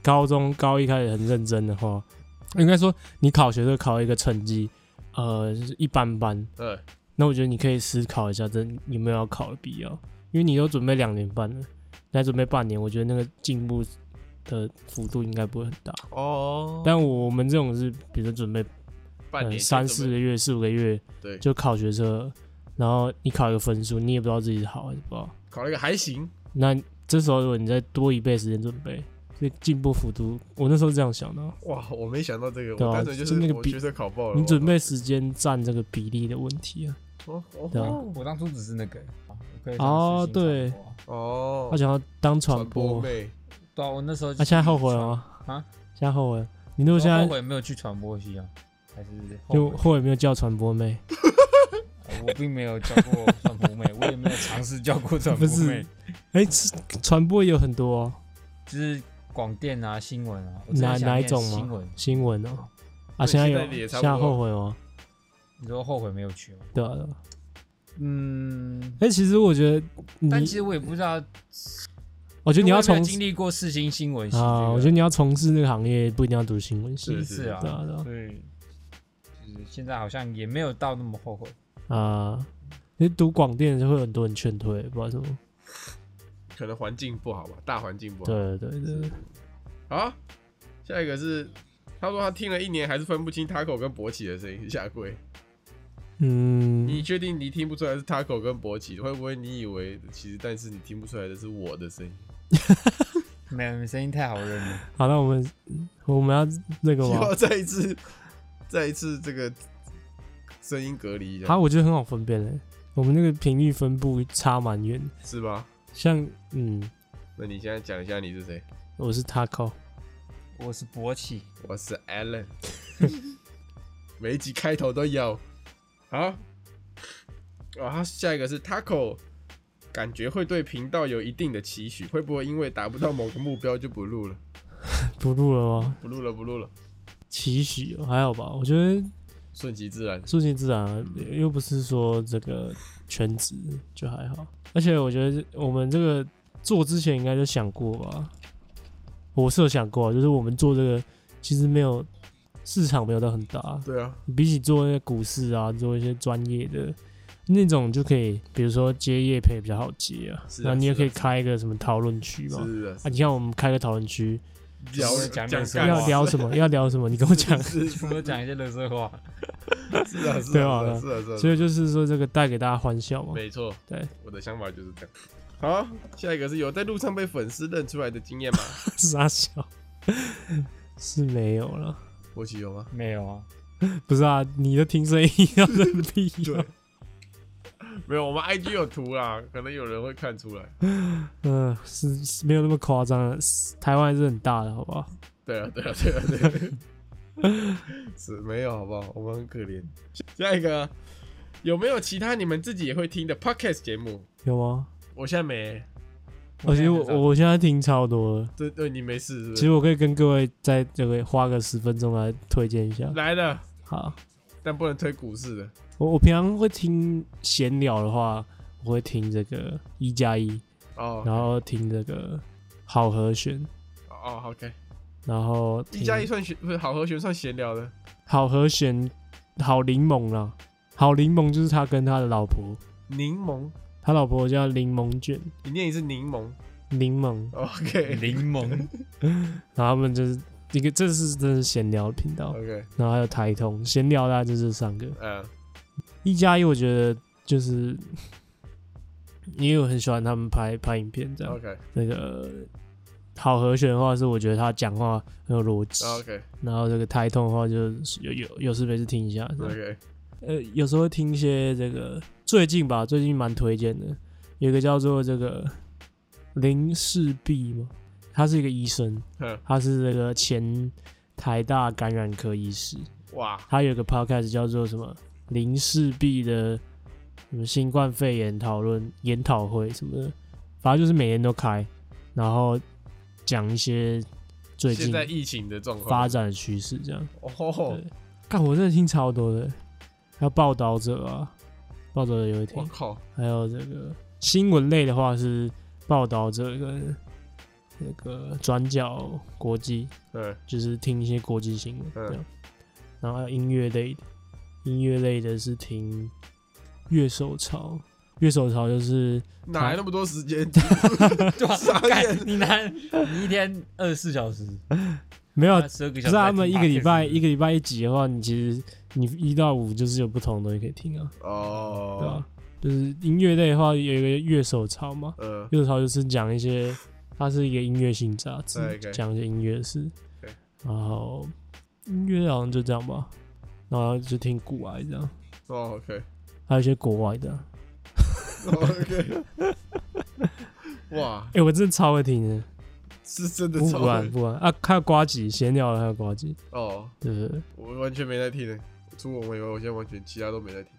[SPEAKER 2] 高中高一开始很认真的话，应该说你考学都考一个成绩，呃，就是一般般。
[SPEAKER 4] 嗯，
[SPEAKER 2] 那我觉得你可以思考一下，这有没有要考的必要？因为你都准备两年半了，你还准备半年，我觉得那个进步的幅度应该不会很大。
[SPEAKER 4] 哦，
[SPEAKER 2] 但我们这种是，比如说准备
[SPEAKER 4] 半年
[SPEAKER 2] 呃
[SPEAKER 4] 就
[SPEAKER 2] 三
[SPEAKER 4] 准
[SPEAKER 2] 四
[SPEAKER 4] 备
[SPEAKER 2] 个月、四五个月
[SPEAKER 4] 对，
[SPEAKER 2] 就考学车，然后你考一个分数，你也不知道自己是好还是不好。
[SPEAKER 4] 考了一个还行，
[SPEAKER 2] 那这时候如果你再多一倍时间准备，所以进步幅度，我那时候是这样想的啊、
[SPEAKER 4] 哇，我没想到这个，
[SPEAKER 2] 对啊
[SPEAKER 4] 我单纯就
[SPEAKER 2] 就是那个
[SPEAKER 4] 我
[SPEAKER 2] 比
[SPEAKER 4] 学生考爆了。
[SPEAKER 2] 你
[SPEAKER 4] 我
[SPEAKER 2] 准备时间占这个比例的问题啊，
[SPEAKER 4] 哦哦
[SPEAKER 2] 对啊，
[SPEAKER 3] 我当初只是那个，啊我可以当
[SPEAKER 2] 哦
[SPEAKER 3] 时兴
[SPEAKER 2] 对
[SPEAKER 3] 传播啊
[SPEAKER 4] 哦
[SPEAKER 2] 他，想要当传
[SPEAKER 4] 播
[SPEAKER 2] 播，
[SPEAKER 4] 妹，
[SPEAKER 3] 对啊，我那时候
[SPEAKER 2] 他、现在后悔了吗？
[SPEAKER 3] 啊，
[SPEAKER 2] 现在后悔了，你如
[SPEAKER 3] 我
[SPEAKER 2] 果现在
[SPEAKER 3] 后悔没有去传播系啊，还是
[SPEAKER 2] 就
[SPEAKER 3] 后悔
[SPEAKER 2] 后悔没有叫传播妹，
[SPEAKER 3] 呃我并没有教过传播妹，我也没有尝试教过传播
[SPEAKER 2] 不是
[SPEAKER 3] 妹，
[SPEAKER 2] 哎、是传播也有很多、哦、
[SPEAKER 3] 就是广电啊、新闻啊，我真的
[SPEAKER 2] 哪
[SPEAKER 3] 想
[SPEAKER 2] 哪一
[SPEAKER 3] 念
[SPEAKER 2] 种
[SPEAKER 3] 新
[SPEAKER 2] 吗
[SPEAKER 3] 闻？？
[SPEAKER 2] 新闻哦，啊，
[SPEAKER 4] 对
[SPEAKER 2] 现在有
[SPEAKER 4] 现在也差
[SPEAKER 2] 现
[SPEAKER 4] 不多
[SPEAKER 2] 在后悔吗？
[SPEAKER 3] 你说后悔没有去吗？
[SPEAKER 2] 对啊，对啊
[SPEAKER 3] 嗯，
[SPEAKER 2] 哎、其实我觉得你，
[SPEAKER 3] 但其实我也不知道，
[SPEAKER 2] 我觉得你要
[SPEAKER 3] 从
[SPEAKER 2] 从
[SPEAKER 3] 经历过世新新闻系
[SPEAKER 2] 啊，我觉得你要从事那个行业，不一定要读新闻系
[SPEAKER 4] 是
[SPEAKER 3] 得是啊
[SPEAKER 2] 对，啊对啊
[SPEAKER 3] 所以就是现在好像也没有到那么后悔。
[SPEAKER 2] 啊。你读广电就会有很多人劝退，不知道为什么。
[SPEAKER 4] 可能环境不好吧，大环境不好。
[SPEAKER 2] 对对对，
[SPEAKER 4] 好，下一个是他说他听了一年还是分不清 Taco 跟勃起的声音，下跪。
[SPEAKER 2] 嗯，
[SPEAKER 4] 你确定你听不出来是 Taco 跟勃起？会不会你以为其实但是你听不出来的是我的声音？
[SPEAKER 3] 没有，你声音太好认了。
[SPEAKER 2] 好，那我们我们要那个
[SPEAKER 4] 又
[SPEAKER 2] 吗
[SPEAKER 4] 要？再一次，再一次这个声音隔离一下
[SPEAKER 2] 好，，我觉得很好分辨嘞，欸我们那个频率分布差蛮远的，
[SPEAKER 4] 是吧？
[SPEAKER 2] 像嗯，
[SPEAKER 4] 那你现在讲一下你是谁？
[SPEAKER 2] 我是 Taco，
[SPEAKER 3] 我是勃起，
[SPEAKER 4] 我是 Alan，每一集开头都有。好，啊，他下一个是 Taco，感觉会对频道有一定的期许，会不会因为达不到某个目标就不录了？
[SPEAKER 2] 不录了吗？
[SPEAKER 4] 不录了，不录了，
[SPEAKER 2] 期许哦还好吧，我觉得
[SPEAKER 4] 顺其自然。
[SPEAKER 2] 顺其自然啊，又不是说这个全职就还好。而且我觉得我们这个做之前应该就想过吧，我是有想过啊，就是我们做这个其实没有市场没有到很大，
[SPEAKER 4] 对啊，
[SPEAKER 2] 比起做那些股市啊，做一些专业的那种就可以，比如说接业配比较好接啊，
[SPEAKER 4] 是啊
[SPEAKER 2] 然后你也
[SPEAKER 4] 是啊
[SPEAKER 2] 可以开一个什么讨论区嘛。
[SPEAKER 4] 是啊
[SPEAKER 2] 啊，，你看我们开个讨论区，
[SPEAKER 4] 聊
[SPEAKER 3] 是讲
[SPEAKER 4] 讲
[SPEAKER 3] 面试
[SPEAKER 4] 干
[SPEAKER 3] 话
[SPEAKER 2] 要
[SPEAKER 4] 话
[SPEAKER 2] 聊什么？要聊什么？你跟我讲。
[SPEAKER 4] 是啊是
[SPEAKER 3] 我们讲一些乐色话。
[SPEAKER 4] 是啊，是
[SPEAKER 2] 对
[SPEAKER 4] 啊，
[SPEAKER 2] 吧
[SPEAKER 4] 是啊，是啊，是啊
[SPEAKER 2] 所以就是说，这个带给大家欢笑嘛。
[SPEAKER 4] 没错，
[SPEAKER 2] 对，
[SPEAKER 4] 我的想法就是这样。好，下一个是有在路上被粉丝认出来的经验吗？
[SPEAKER 2] 傻笑是没有了，
[SPEAKER 4] 我起有吗？
[SPEAKER 3] 没有啊，
[SPEAKER 2] 不是啊？你的听声音要认屁
[SPEAKER 4] 对
[SPEAKER 2] 呀？
[SPEAKER 4] 没有，我们 IG 有图啦，可能有人会看出来。
[SPEAKER 2] 嗯、是是没有那么夸张啊，是台湾还是很大的，好不好？
[SPEAKER 4] 对啊，对啊，对啊，对啊，是没有好不好？我们很可怜。下一个有没有其他你们自己也会听的 podcast 节目？
[SPEAKER 2] 有吗？
[SPEAKER 4] 我现在没，
[SPEAKER 2] 而且我
[SPEAKER 3] 我现在很少
[SPEAKER 2] 我现在听超多了，
[SPEAKER 4] 对对，你没事是不
[SPEAKER 2] 其
[SPEAKER 4] 是
[SPEAKER 2] 实我可以跟各位在这个花个十分钟来推荐一下。
[SPEAKER 4] 来了，
[SPEAKER 2] 好，
[SPEAKER 4] 但不能推股市的。
[SPEAKER 2] 我我平常会听闲聊的话，我会听这个一加一，
[SPEAKER 4] 哦
[SPEAKER 2] 然后听这个好和弦，
[SPEAKER 4] 哦，OK，
[SPEAKER 2] 然后
[SPEAKER 4] 一
[SPEAKER 2] 听
[SPEAKER 4] 加一算学不是好和弦算闲聊的，
[SPEAKER 2] 好和弦，好柠檬啦，好柠檬就是他跟他的老婆，
[SPEAKER 4] 柠檬，
[SPEAKER 2] 他老婆叫柠檬卷，
[SPEAKER 4] 你念一次柠檬
[SPEAKER 2] 柠檬，
[SPEAKER 4] ，OK
[SPEAKER 3] 柠檬
[SPEAKER 2] 然后他们就是一个，这是真的是闲聊的频道，
[SPEAKER 4] OK，
[SPEAKER 2] 然后还有台通闲聊啦，就这三个，
[SPEAKER 4] 嗯，
[SPEAKER 2] 一加一我觉得就是， 因为我很喜欢他们拍拍影片这样，
[SPEAKER 4] OK
[SPEAKER 2] 那个好和弦的话是我觉得他讲话很有逻辑，
[SPEAKER 4] OK
[SPEAKER 2] 然后这个台通的话就是有有有事没事听一下，这样
[SPEAKER 4] OK，
[SPEAKER 2] 呃，有时候会听一些这个最近吧，最近蛮推荐的，有一个叫做这个林世璧嘛，他是一个医生，
[SPEAKER 4] 哼，
[SPEAKER 2] 他是这个前台大感染科医师，
[SPEAKER 4] 哇，
[SPEAKER 2] 他有一个 podcast 叫做什么林世璧的什么新冠肺炎讨论研讨会什么的，反正就是每年都开，然后讲一些最
[SPEAKER 4] 现
[SPEAKER 2] 近
[SPEAKER 4] 在疫情的状况
[SPEAKER 2] 发展的趋势这样。
[SPEAKER 4] 哦
[SPEAKER 2] 对，干，我真的听超多的，还有报道者啊，报道者也会
[SPEAKER 4] 我
[SPEAKER 2] 听，
[SPEAKER 4] 靠，
[SPEAKER 2] 还有这个新闻类的话是报道者跟那个转角国际，
[SPEAKER 4] 嗯
[SPEAKER 2] 就是听一些国际新闻
[SPEAKER 4] 嗯
[SPEAKER 2] 这样，然后还有音乐类的，音乐类的是听乐手潮，乐手潮就是
[SPEAKER 4] 哪来那么多时 间？
[SPEAKER 3] 对吧、
[SPEAKER 4] 傻眼
[SPEAKER 3] 干你拿你一天二十四小时，
[SPEAKER 2] 没有。
[SPEAKER 3] 十二个
[SPEAKER 2] 啊不
[SPEAKER 3] 小
[SPEAKER 2] 是
[SPEAKER 3] 时在听 podcast。
[SPEAKER 2] 他们一个礼拜一个礼拜一集的话，你其实你一到五就是有不同的东西可以听啊。对
[SPEAKER 4] 哦
[SPEAKER 2] 啊，，就是音乐类的话，有一个乐手潮嘛，
[SPEAKER 4] 呃，
[SPEAKER 2] 乐手潮就是讲一些它是一个音乐性杂志
[SPEAKER 4] OK，
[SPEAKER 2] 讲一些音乐的事。
[SPEAKER 4] OK
[SPEAKER 2] 然后音乐好像就这样吧，然后就听古玩这样，
[SPEAKER 4] 哦，OK
[SPEAKER 2] 还有一些国外的。
[SPEAKER 4] OK，哇，
[SPEAKER 2] 哎、我真的超会听的，
[SPEAKER 4] 是真的
[SPEAKER 2] 不
[SPEAKER 4] 超
[SPEAKER 2] 玩不玩啊！还有瓜吉闲聊的，还有瓜吉，
[SPEAKER 4] 哦，
[SPEAKER 2] 对不对？
[SPEAKER 4] 我完全没在听呢。除我们以外，我现在完全其他都没在听。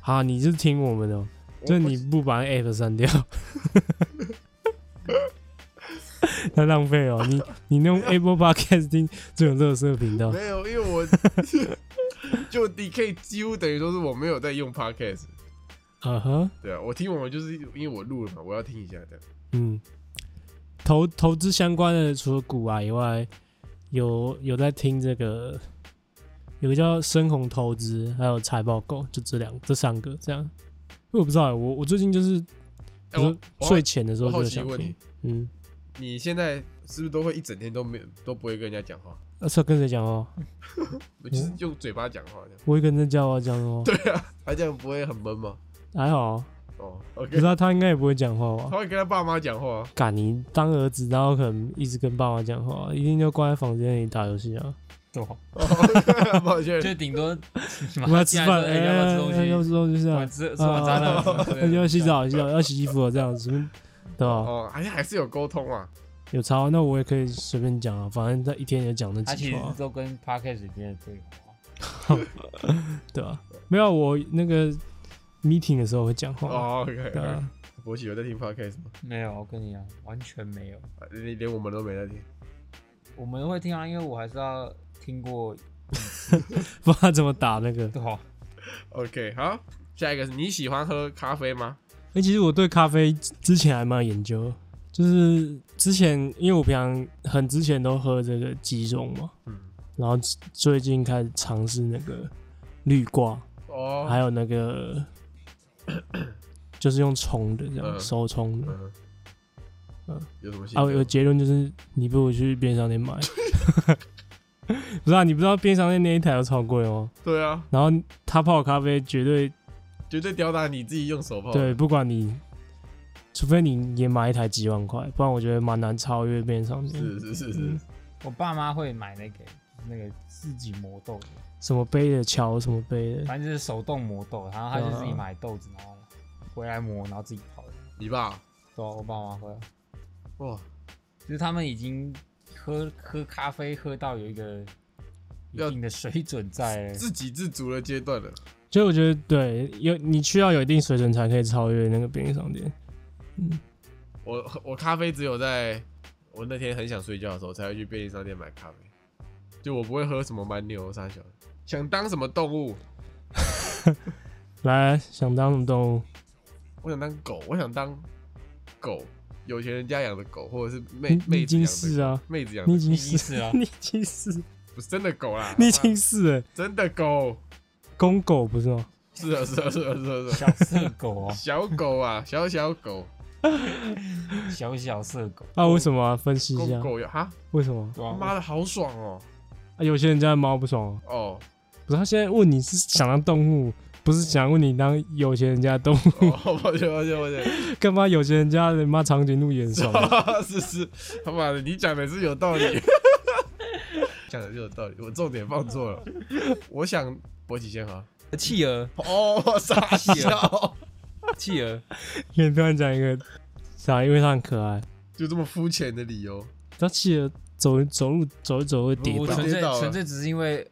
[SPEAKER 2] 啊，你是听我们的哦，
[SPEAKER 4] 我
[SPEAKER 2] 就是你不把 app 删掉， 太浪费哦！你你用 Apple Podcast 听这种热色频道，
[SPEAKER 4] 没有，因为我 就 DK 几乎等于说是我没有在用 Podcast。
[SPEAKER 2] 啊哈，
[SPEAKER 4] 对啊，我听我们就是因为我录了嘛，我要听一下这样。
[SPEAKER 2] 嗯，投投资相关的，除了股啊以外，有有在听这个，有个叫深红投资，还有财报狗，就这两这三个这样。我不知道欸，我我最近就是，
[SPEAKER 4] 哎
[SPEAKER 2] 比如说
[SPEAKER 4] 我
[SPEAKER 2] 睡前的时候
[SPEAKER 4] 我好
[SPEAKER 2] 就
[SPEAKER 4] 奇
[SPEAKER 2] 想
[SPEAKER 4] 问
[SPEAKER 2] 听
[SPEAKER 4] 你，，
[SPEAKER 2] 嗯，
[SPEAKER 4] 你现在是不是都会一整天都没有都不会跟人家讲话，
[SPEAKER 2] 那、是要跟谁讲哦？
[SPEAKER 4] 就是用嘴巴讲话这样？
[SPEAKER 2] 我会跟人家我讲哦，
[SPEAKER 4] 对啊，他这样不会很闷吗？
[SPEAKER 2] 还好啊，
[SPEAKER 4] 哦
[SPEAKER 2] 不知
[SPEAKER 4] ，OK，
[SPEAKER 2] 道他应该也不会讲话
[SPEAKER 4] 他
[SPEAKER 2] 吧？
[SPEAKER 4] 会跟他爸妈讲话 啊，
[SPEAKER 2] 敢你当儿子，然后可能一直跟爸妈讲话，啊一定就关在房间里打游戏啊，
[SPEAKER 3] 对，
[SPEAKER 4] 哦抱歉，
[SPEAKER 3] 就顶 多
[SPEAKER 4] 啊
[SPEAKER 2] 我们要吃饭，哎、
[SPEAKER 3] 哎，要不要吃东
[SPEAKER 2] 哎要
[SPEAKER 3] 西？
[SPEAKER 2] 吃东西啊
[SPEAKER 3] 我，吃啊吃完炸弹什么之 类
[SPEAKER 2] 要
[SPEAKER 3] 的，
[SPEAKER 2] 要洗澡，洗澡要洗衣服，这样子，对吧？
[SPEAKER 4] 哦，还是还是有沟通啊，
[SPEAKER 2] 有差，那我也可以随便讲啊，反正他一天也讲那
[SPEAKER 3] 他
[SPEAKER 2] 几
[SPEAKER 3] 其
[SPEAKER 2] 句
[SPEAKER 3] 实
[SPEAKER 2] 话，
[SPEAKER 3] 都跟 podcast 里面的对啊话。
[SPEAKER 2] 对吧、没有，啊我那个 meeting 的时候会讲话，
[SPEAKER 4] 哦，OK，
[SPEAKER 2] 对啊，
[SPEAKER 4] 博喜有在听 Podcast 吗？
[SPEAKER 3] 没有，我跟你讲，完全没有。
[SPEAKER 4] 啊连连我们都没在听，
[SPEAKER 3] 我们会听啊，因为我还是要听过，
[SPEAKER 2] 不知道怎么打那个。
[SPEAKER 3] 对吧？
[SPEAKER 4] OK，好，下一个是你喜欢喝咖啡吗？
[SPEAKER 2] 哎、其实我对咖啡之前还蛮有研究的，就是之前因为我平常很之前都喝这个鸡中嘛，
[SPEAKER 4] 嗯，
[SPEAKER 2] 然后最近开始尝试那个绿挂，还
[SPEAKER 4] 哦，
[SPEAKER 2] 有那 个就是用冲的这样
[SPEAKER 4] 嗯
[SPEAKER 2] 手冲的。
[SPEAKER 4] 嗯，嗯，有什么心
[SPEAKER 2] 啊，
[SPEAKER 4] 得？
[SPEAKER 2] 我有结论就是，你不如去便利商店买。 不是啊，你不知道便利商店那一台有超贵哦。
[SPEAKER 4] 对啊，
[SPEAKER 2] 然后他泡的咖啡绝对
[SPEAKER 4] 绝对吊打你自己用手泡。
[SPEAKER 2] 对，，不管你，除非你也买一台几万块，不然我觉得蛮难超越便利商店。
[SPEAKER 4] 是是是是
[SPEAKER 2] 嗯，
[SPEAKER 3] 我爸妈会买那个那个自己磨豆的，
[SPEAKER 2] 什么杯的桥，什么杯的，
[SPEAKER 3] 反正就是手动磨豆，然后他就自己
[SPEAKER 2] 嗯
[SPEAKER 3] 买豆子，然后回来磨，然后自己泡的。
[SPEAKER 4] 你爸，
[SPEAKER 3] 对啊、我爸妈会啊，
[SPEAKER 4] 哇，
[SPEAKER 3] 就是他们已经喝喝咖啡喝到有一个一
[SPEAKER 4] 要
[SPEAKER 3] 定的水准在了，
[SPEAKER 4] 自给自足的阶段了。
[SPEAKER 2] 所以我觉得对，有你需要有一定水准才可以超越那个便利商店。嗯，
[SPEAKER 4] 我我咖啡只有在我那天很想睡觉的时候才会去便利商店买咖啡，就我不会喝什么蛮牛啥小的，想当什么动物，
[SPEAKER 2] 来，想当什么动物？
[SPEAKER 4] 我想当狗，我想当狗，有钱人家养的狗，或者是妹
[SPEAKER 2] 你你
[SPEAKER 4] 妹
[SPEAKER 2] 已
[SPEAKER 4] 子
[SPEAKER 2] 经
[SPEAKER 4] 养的
[SPEAKER 2] 是
[SPEAKER 4] 狗，
[SPEAKER 2] 啊，
[SPEAKER 4] 妹子养
[SPEAKER 2] 你
[SPEAKER 4] 的
[SPEAKER 2] 已
[SPEAKER 4] 狗，
[SPEAKER 2] 经
[SPEAKER 3] 已
[SPEAKER 2] 是，
[SPEAKER 3] 经是啊
[SPEAKER 2] 你已经是，
[SPEAKER 4] 不是真的狗啦，
[SPEAKER 2] 你已经是了，
[SPEAKER 4] 真的狗，
[SPEAKER 2] 公狗不是吗？
[SPEAKER 4] 是啊是啊是啊是啊是啊，
[SPEAKER 3] 小色狗哦，
[SPEAKER 4] 小狗啊，小小狗，
[SPEAKER 3] 小小色狗，
[SPEAKER 2] 啊，为什么、啊？分析一下
[SPEAKER 4] 公，狗呀，哈，
[SPEAKER 2] 为什么？
[SPEAKER 3] 对
[SPEAKER 4] 他
[SPEAKER 3] 啊？
[SPEAKER 4] 妈的好爽哦，
[SPEAKER 2] 啊，有些人家的猫不爽、啊，
[SPEAKER 4] 哦
[SPEAKER 2] 不是他现在问你是想当动物，不是想问你当有钱人家的动物，
[SPEAKER 4] 哦，抱歉抱歉抱歉。
[SPEAKER 2] 干嘛有钱人家的妈长颈鹿也很爽、啊？
[SPEAKER 4] 是是，他妈的，你讲的是有道 理，讲的是有道理，我重点放错了。我想博起先喝。
[SPEAKER 3] 我企鹅，
[SPEAKER 4] 哦，傻笑，
[SPEAKER 3] 企鹅，
[SPEAKER 2] 可以突然讲一个，啥？因为它很可爱，
[SPEAKER 4] 就这么肤浅的理由。
[SPEAKER 2] 它企鹅走走路走一走会跌
[SPEAKER 3] 我
[SPEAKER 2] 倒，
[SPEAKER 3] 纯
[SPEAKER 4] 跌
[SPEAKER 3] 粹
[SPEAKER 4] 倒了啊
[SPEAKER 3] 纯粹只是因为，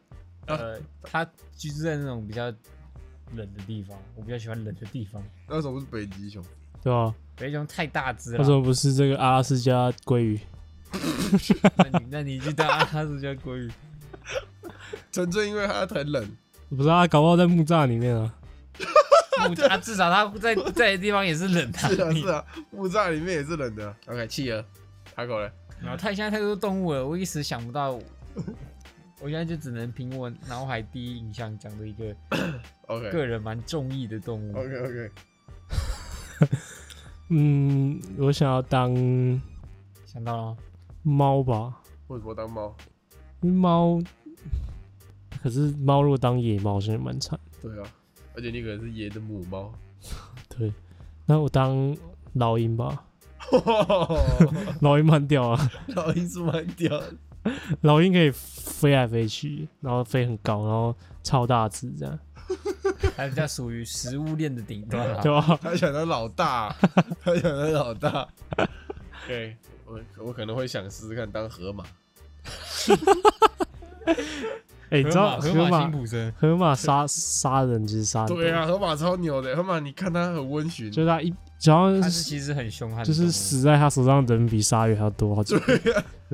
[SPEAKER 3] 呃，它居住在那种比较冷的地方，我比较喜欢冷的地方。
[SPEAKER 4] 那为什么是北极熊？
[SPEAKER 2] 对吧？
[SPEAKER 3] 北熊太大只
[SPEAKER 2] 为
[SPEAKER 3] 了
[SPEAKER 2] 什，么不是这个阿拉斯加鲑鱼？
[SPEAKER 3] 那你 那你去当阿拉斯加鲑 鱼，
[SPEAKER 4] 纯粹因为它很冷。
[SPEAKER 2] 不是啊，搞不好在木栅里面啊。
[SPEAKER 3] 木它至少它在在的地方也是冷的、
[SPEAKER 4] 是啊
[SPEAKER 3] 你
[SPEAKER 4] 是啊，木栅里面也是冷的。OK，企啊鹅，塔狗嘞？
[SPEAKER 3] 然后太现在太多动物了，我一时想不到，我现在就只能凭我脑海第一印象讲的一个
[SPEAKER 4] OK
[SPEAKER 3] 个人蛮中意的动物。
[SPEAKER 4] OK OK，
[SPEAKER 2] 嗯，我想要当
[SPEAKER 3] 想到了吗？
[SPEAKER 2] 猫吧，
[SPEAKER 4] 为什么当猫？
[SPEAKER 2] 因为猫。可是猫如果当野猫，真的蛮惨。
[SPEAKER 4] 对啊， 而且你可能是爷的母猫。
[SPEAKER 2] 对，那我当老鹰吧。老鹰慢掉啊，
[SPEAKER 4] 老鹰是蛮屌的，
[SPEAKER 2] 老鹰可以飞来飞去，然后飞很高，然后超大只这样，
[SPEAKER 3] 还比较属于食物链的顶端啊。
[SPEAKER 2] 对吧？
[SPEAKER 4] 他想当老 大，他想当老大。对，我我可能会想试试看当河马，
[SPEAKER 2] 哎、你知道
[SPEAKER 3] 河
[SPEAKER 2] 河
[SPEAKER 3] 马辛
[SPEAKER 2] 马
[SPEAKER 3] 普森，
[SPEAKER 2] 河 马杀杀人其实杀很多
[SPEAKER 4] 对啊，河马超牛的，河马你看它很温驯，
[SPEAKER 2] 就是他一只要
[SPEAKER 3] 它是
[SPEAKER 2] 是
[SPEAKER 3] 其实很凶悍的
[SPEAKER 2] 就
[SPEAKER 3] 动物，
[SPEAKER 2] 是死在他手上的人比鲨鱼还要多，好几倍。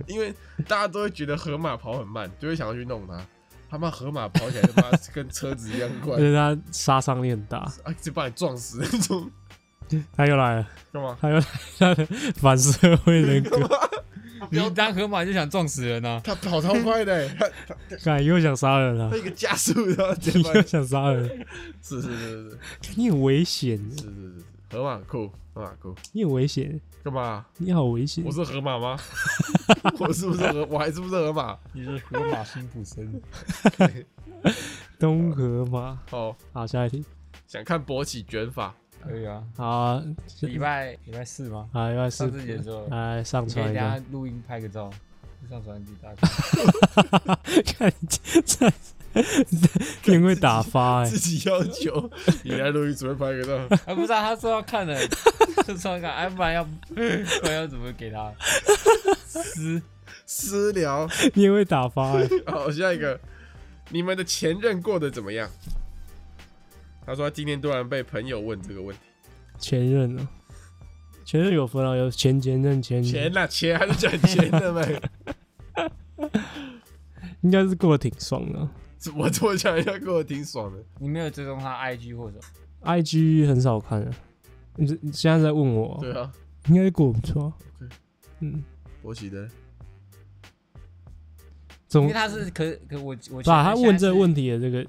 [SPEAKER 4] 因为大家都会觉得河马跑很慢，就会想要去弄它。他妈河马跑起 来他妈跟车子一样快
[SPEAKER 2] 而，且他杀伤力很大。
[SPEAKER 4] 啊，就把你撞死那种，
[SPEAKER 2] 他又来了，
[SPEAKER 4] 干嘛？
[SPEAKER 2] 他又来了， 他的反社会人 格，
[SPEAKER 3] 你一当河马就想撞死人啊！
[SPEAKER 4] 他跑超快的、 欸，他
[SPEAKER 2] 看又想杀人 了
[SPEAKER 4] 他，一个加速，然后直接把你
[SPEAKER 2] 又想杀人，
[SPEAKER 4] 是是是是是
[SPEAKER 2] 你很危险，
[SPEAKER 4] 是是是，河马酷，河马酷，
[SPEAKER 2] 你很危险，
[SPEAKER 4] 干嘛？
[SPEAKER 2] 你好危险
[SPEAKER 4] 我。是河马 吗？我是不是河？我还是不是河马？
[SPEAKER 3] 你是河马辛普 森，
[SPEAKER 2] 东河马，
[SPEAKER 4] 哦，
[SPEAKER 2] 好，下一题，
[SPEAKER 4] 想看勃起卷发，
[SPEAKER 3] 可以啊。
[SPEAKER 2] 好啊，
[SPEAKER 3] 礼拜礼拜四吗？
[SPEAKER 2] 好，又来
[SPEAKER 3] 上次结
[SPEAKER 2] 是，
[SPEAKER 3] 束了，
[SPEAKER 2] 来上
[SPEAKER 3] 你可以
[SPEAKER 2] 传
[SPEAKER 3] 等
[SPEAKER 2] 一
[SPEAKER 3] 一下
[SPEAKER 2] 下，
[SPEAKER 3] 录音拍个照，上传给大家 看。
[SPEAKER 2] 看这这你会打发哎
[SPEAKER 4] 自，己要求你来录音，准备拍个照，
[SPEAKER 3] 啊，不是啊，他说要看的， 就说要看，哎，不然要不然要怎么给他？撕
[SPEAKER 4] 私聊。
[SPEAKER 2] 你会打发哎，
[SPEAKER 4] 好，下一个，你们的前任过得怎么样？他说他今天突然被朋友问这个问题，
[SPEAKER 2] 前任呢？前任有分啊，有前前任前
[SPEAKER 4] 前啦前还是讲前任呗？
[SPEAKER 2] 应该是过得挺爽的啊。
[SPEAKER 4] 我我讲一下，过得挺爽的。
[SPEAKER 3] 你没有追踪他 IG 或者
[SPEAKER 2] IG 很少看啊，你这你现在在问我？
[SPEAKER 4] 对啊，
[SPEAKER 2] 应该是过得不错啊。
[SPEAKER 4] OK
[SPEAKER 2] 嗯，
[SPEAKER 4] 勃起的
[SPEAKER 2] 怎
[SPEAKER 3] 因
[SPEAKER 2] 么
[SPEAKER 3] 为？他是可可我我
[SPEAKER 2] 把啊他问这
[SPEAKER 3] 这
[SPEAKER 2] 个问题的这个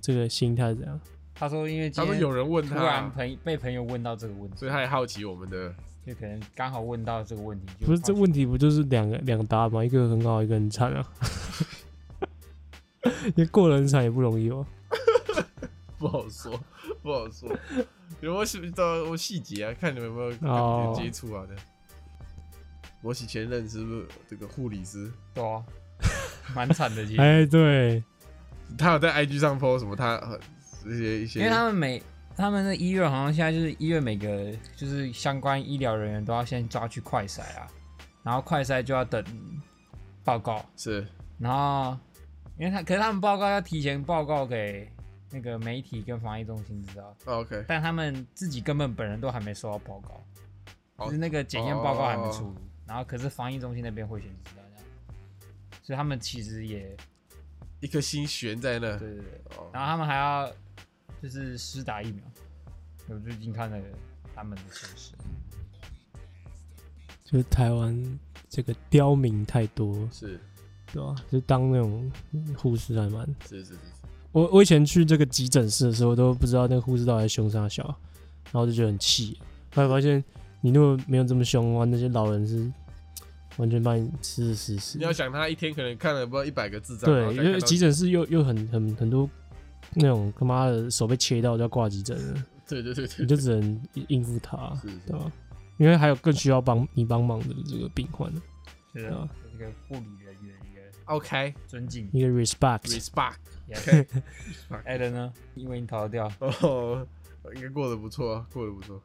[SPEAKER 2] 这个心态怎样？
[SPEAKER 3] 他说因为今
[SPEAKER 4] 他说
[SPEAKER 3] 天
[SPEAKER 4] 有人问
[SPEAKER 3] 突然
[SPEAKER 2] 啊
[SPEAKER 4] 他，啊
[SPEAKER 3] 朋被朋友问到这个问题，
[SPEAKER 4] 所以他也好奇我们的。
[SPEAKER 3] 就可能刚好问到这个问题，就
[SPEAKER 2] 不是这
[SPEAKER 3] 好奇
[SPEAKER 2] 问题不就是两个两答吗？一个很好，一个很惨 啊。也过得很惨也不容易哦。
[SPEAKER 4] 不好说， 不好说。有没有细到我细节啊？看你们有没有
[SPEAKER 2] 哦
[SPEAKER 4] 有接触啊？的，我以前认识不是这个护理师，
[SPEAKER 3] 对啊， 蛮惨的其实，
[SPEAKER 2] 哎，对，
[SPEAKER 4] 他有在 IG 上 po 什么他呃这些一些，
[SPEAKER 3] 因为他们每他们的医院好像现在就是医院每个就是相关医疗人员都要先抓去快筛啊，然后快筛就要等报告，
[SPEAKER 4] 是
[SPEAKER 3] 然后，因为他可是他们报告要提前报告给那个媒体跟防疫中心知道，
[SPEAKER 4] 哦 OK
[SPEAKER 3] 但他们自己根本本人都还没收到报告，
[SPEAKER 4] 哦
[SPEAKER 3] 就是那个检验报告还没出，然后可是防疫中心那边会先知道这样，所以他们其实也
[SPEAKER 4] 一颗心悬在那
[SPEAKER 3] 对，对对，
[SPEAKER 4] 哦
[SPEAKER 3] 然后他们还要就是施打疫苗，我最近看了他们的现实，
[SPEAKER 2] 就是台湾这个刁民太多，
[SPEAKER 4] 是
[SPEAKER 2] 对吧、就当那种护士还蛮……
[SPEAKER 4] 是是是是，
[SPEAKER 2] 我我以前去这个急诊室的时候，都不知道那个护士到底在凶啥小，然后就觉得很气。后来发现，你如果没有这么凶的话，那些老人是完全把你吃死死死
[SPEAKER 4] 你。要想他一天可能看了不知道一百个智障，
[SPEAKER 2] 对，
[SPEAKER 4] 然后
[SPEAKER 2] 因
[SPEAKER 4] 才看
[SPEAKER 2] 为
[SPEAKER 4] 到
[SPEAKER 2] 急诊室又又很很很多那种他妈的手被切到就要挂急诊了，
[SPEAKER 4] 对对对对
[SPEAKER 2] 你就只能应应付他，
[SPEAKER 4] 是是
[SPEAKER 2] 对吧？因为还有更需要帮你帮忙的这个病患，
[SPEAKER 3] 就是
[SPEAKER 2] 啊
[SPEAKER 3] 这个护理人员一个
[SPEAKER 4] OK
[SPEAKER 3] 尊敬。
[SPEAKER 2] 一个 respect。
[SPEAKER 4] respect
[SPEAKER 3] 艾伦呢？因为你逃得 掉，
[SPEAKER 4] 哦，应该过得不错啊，过得不错，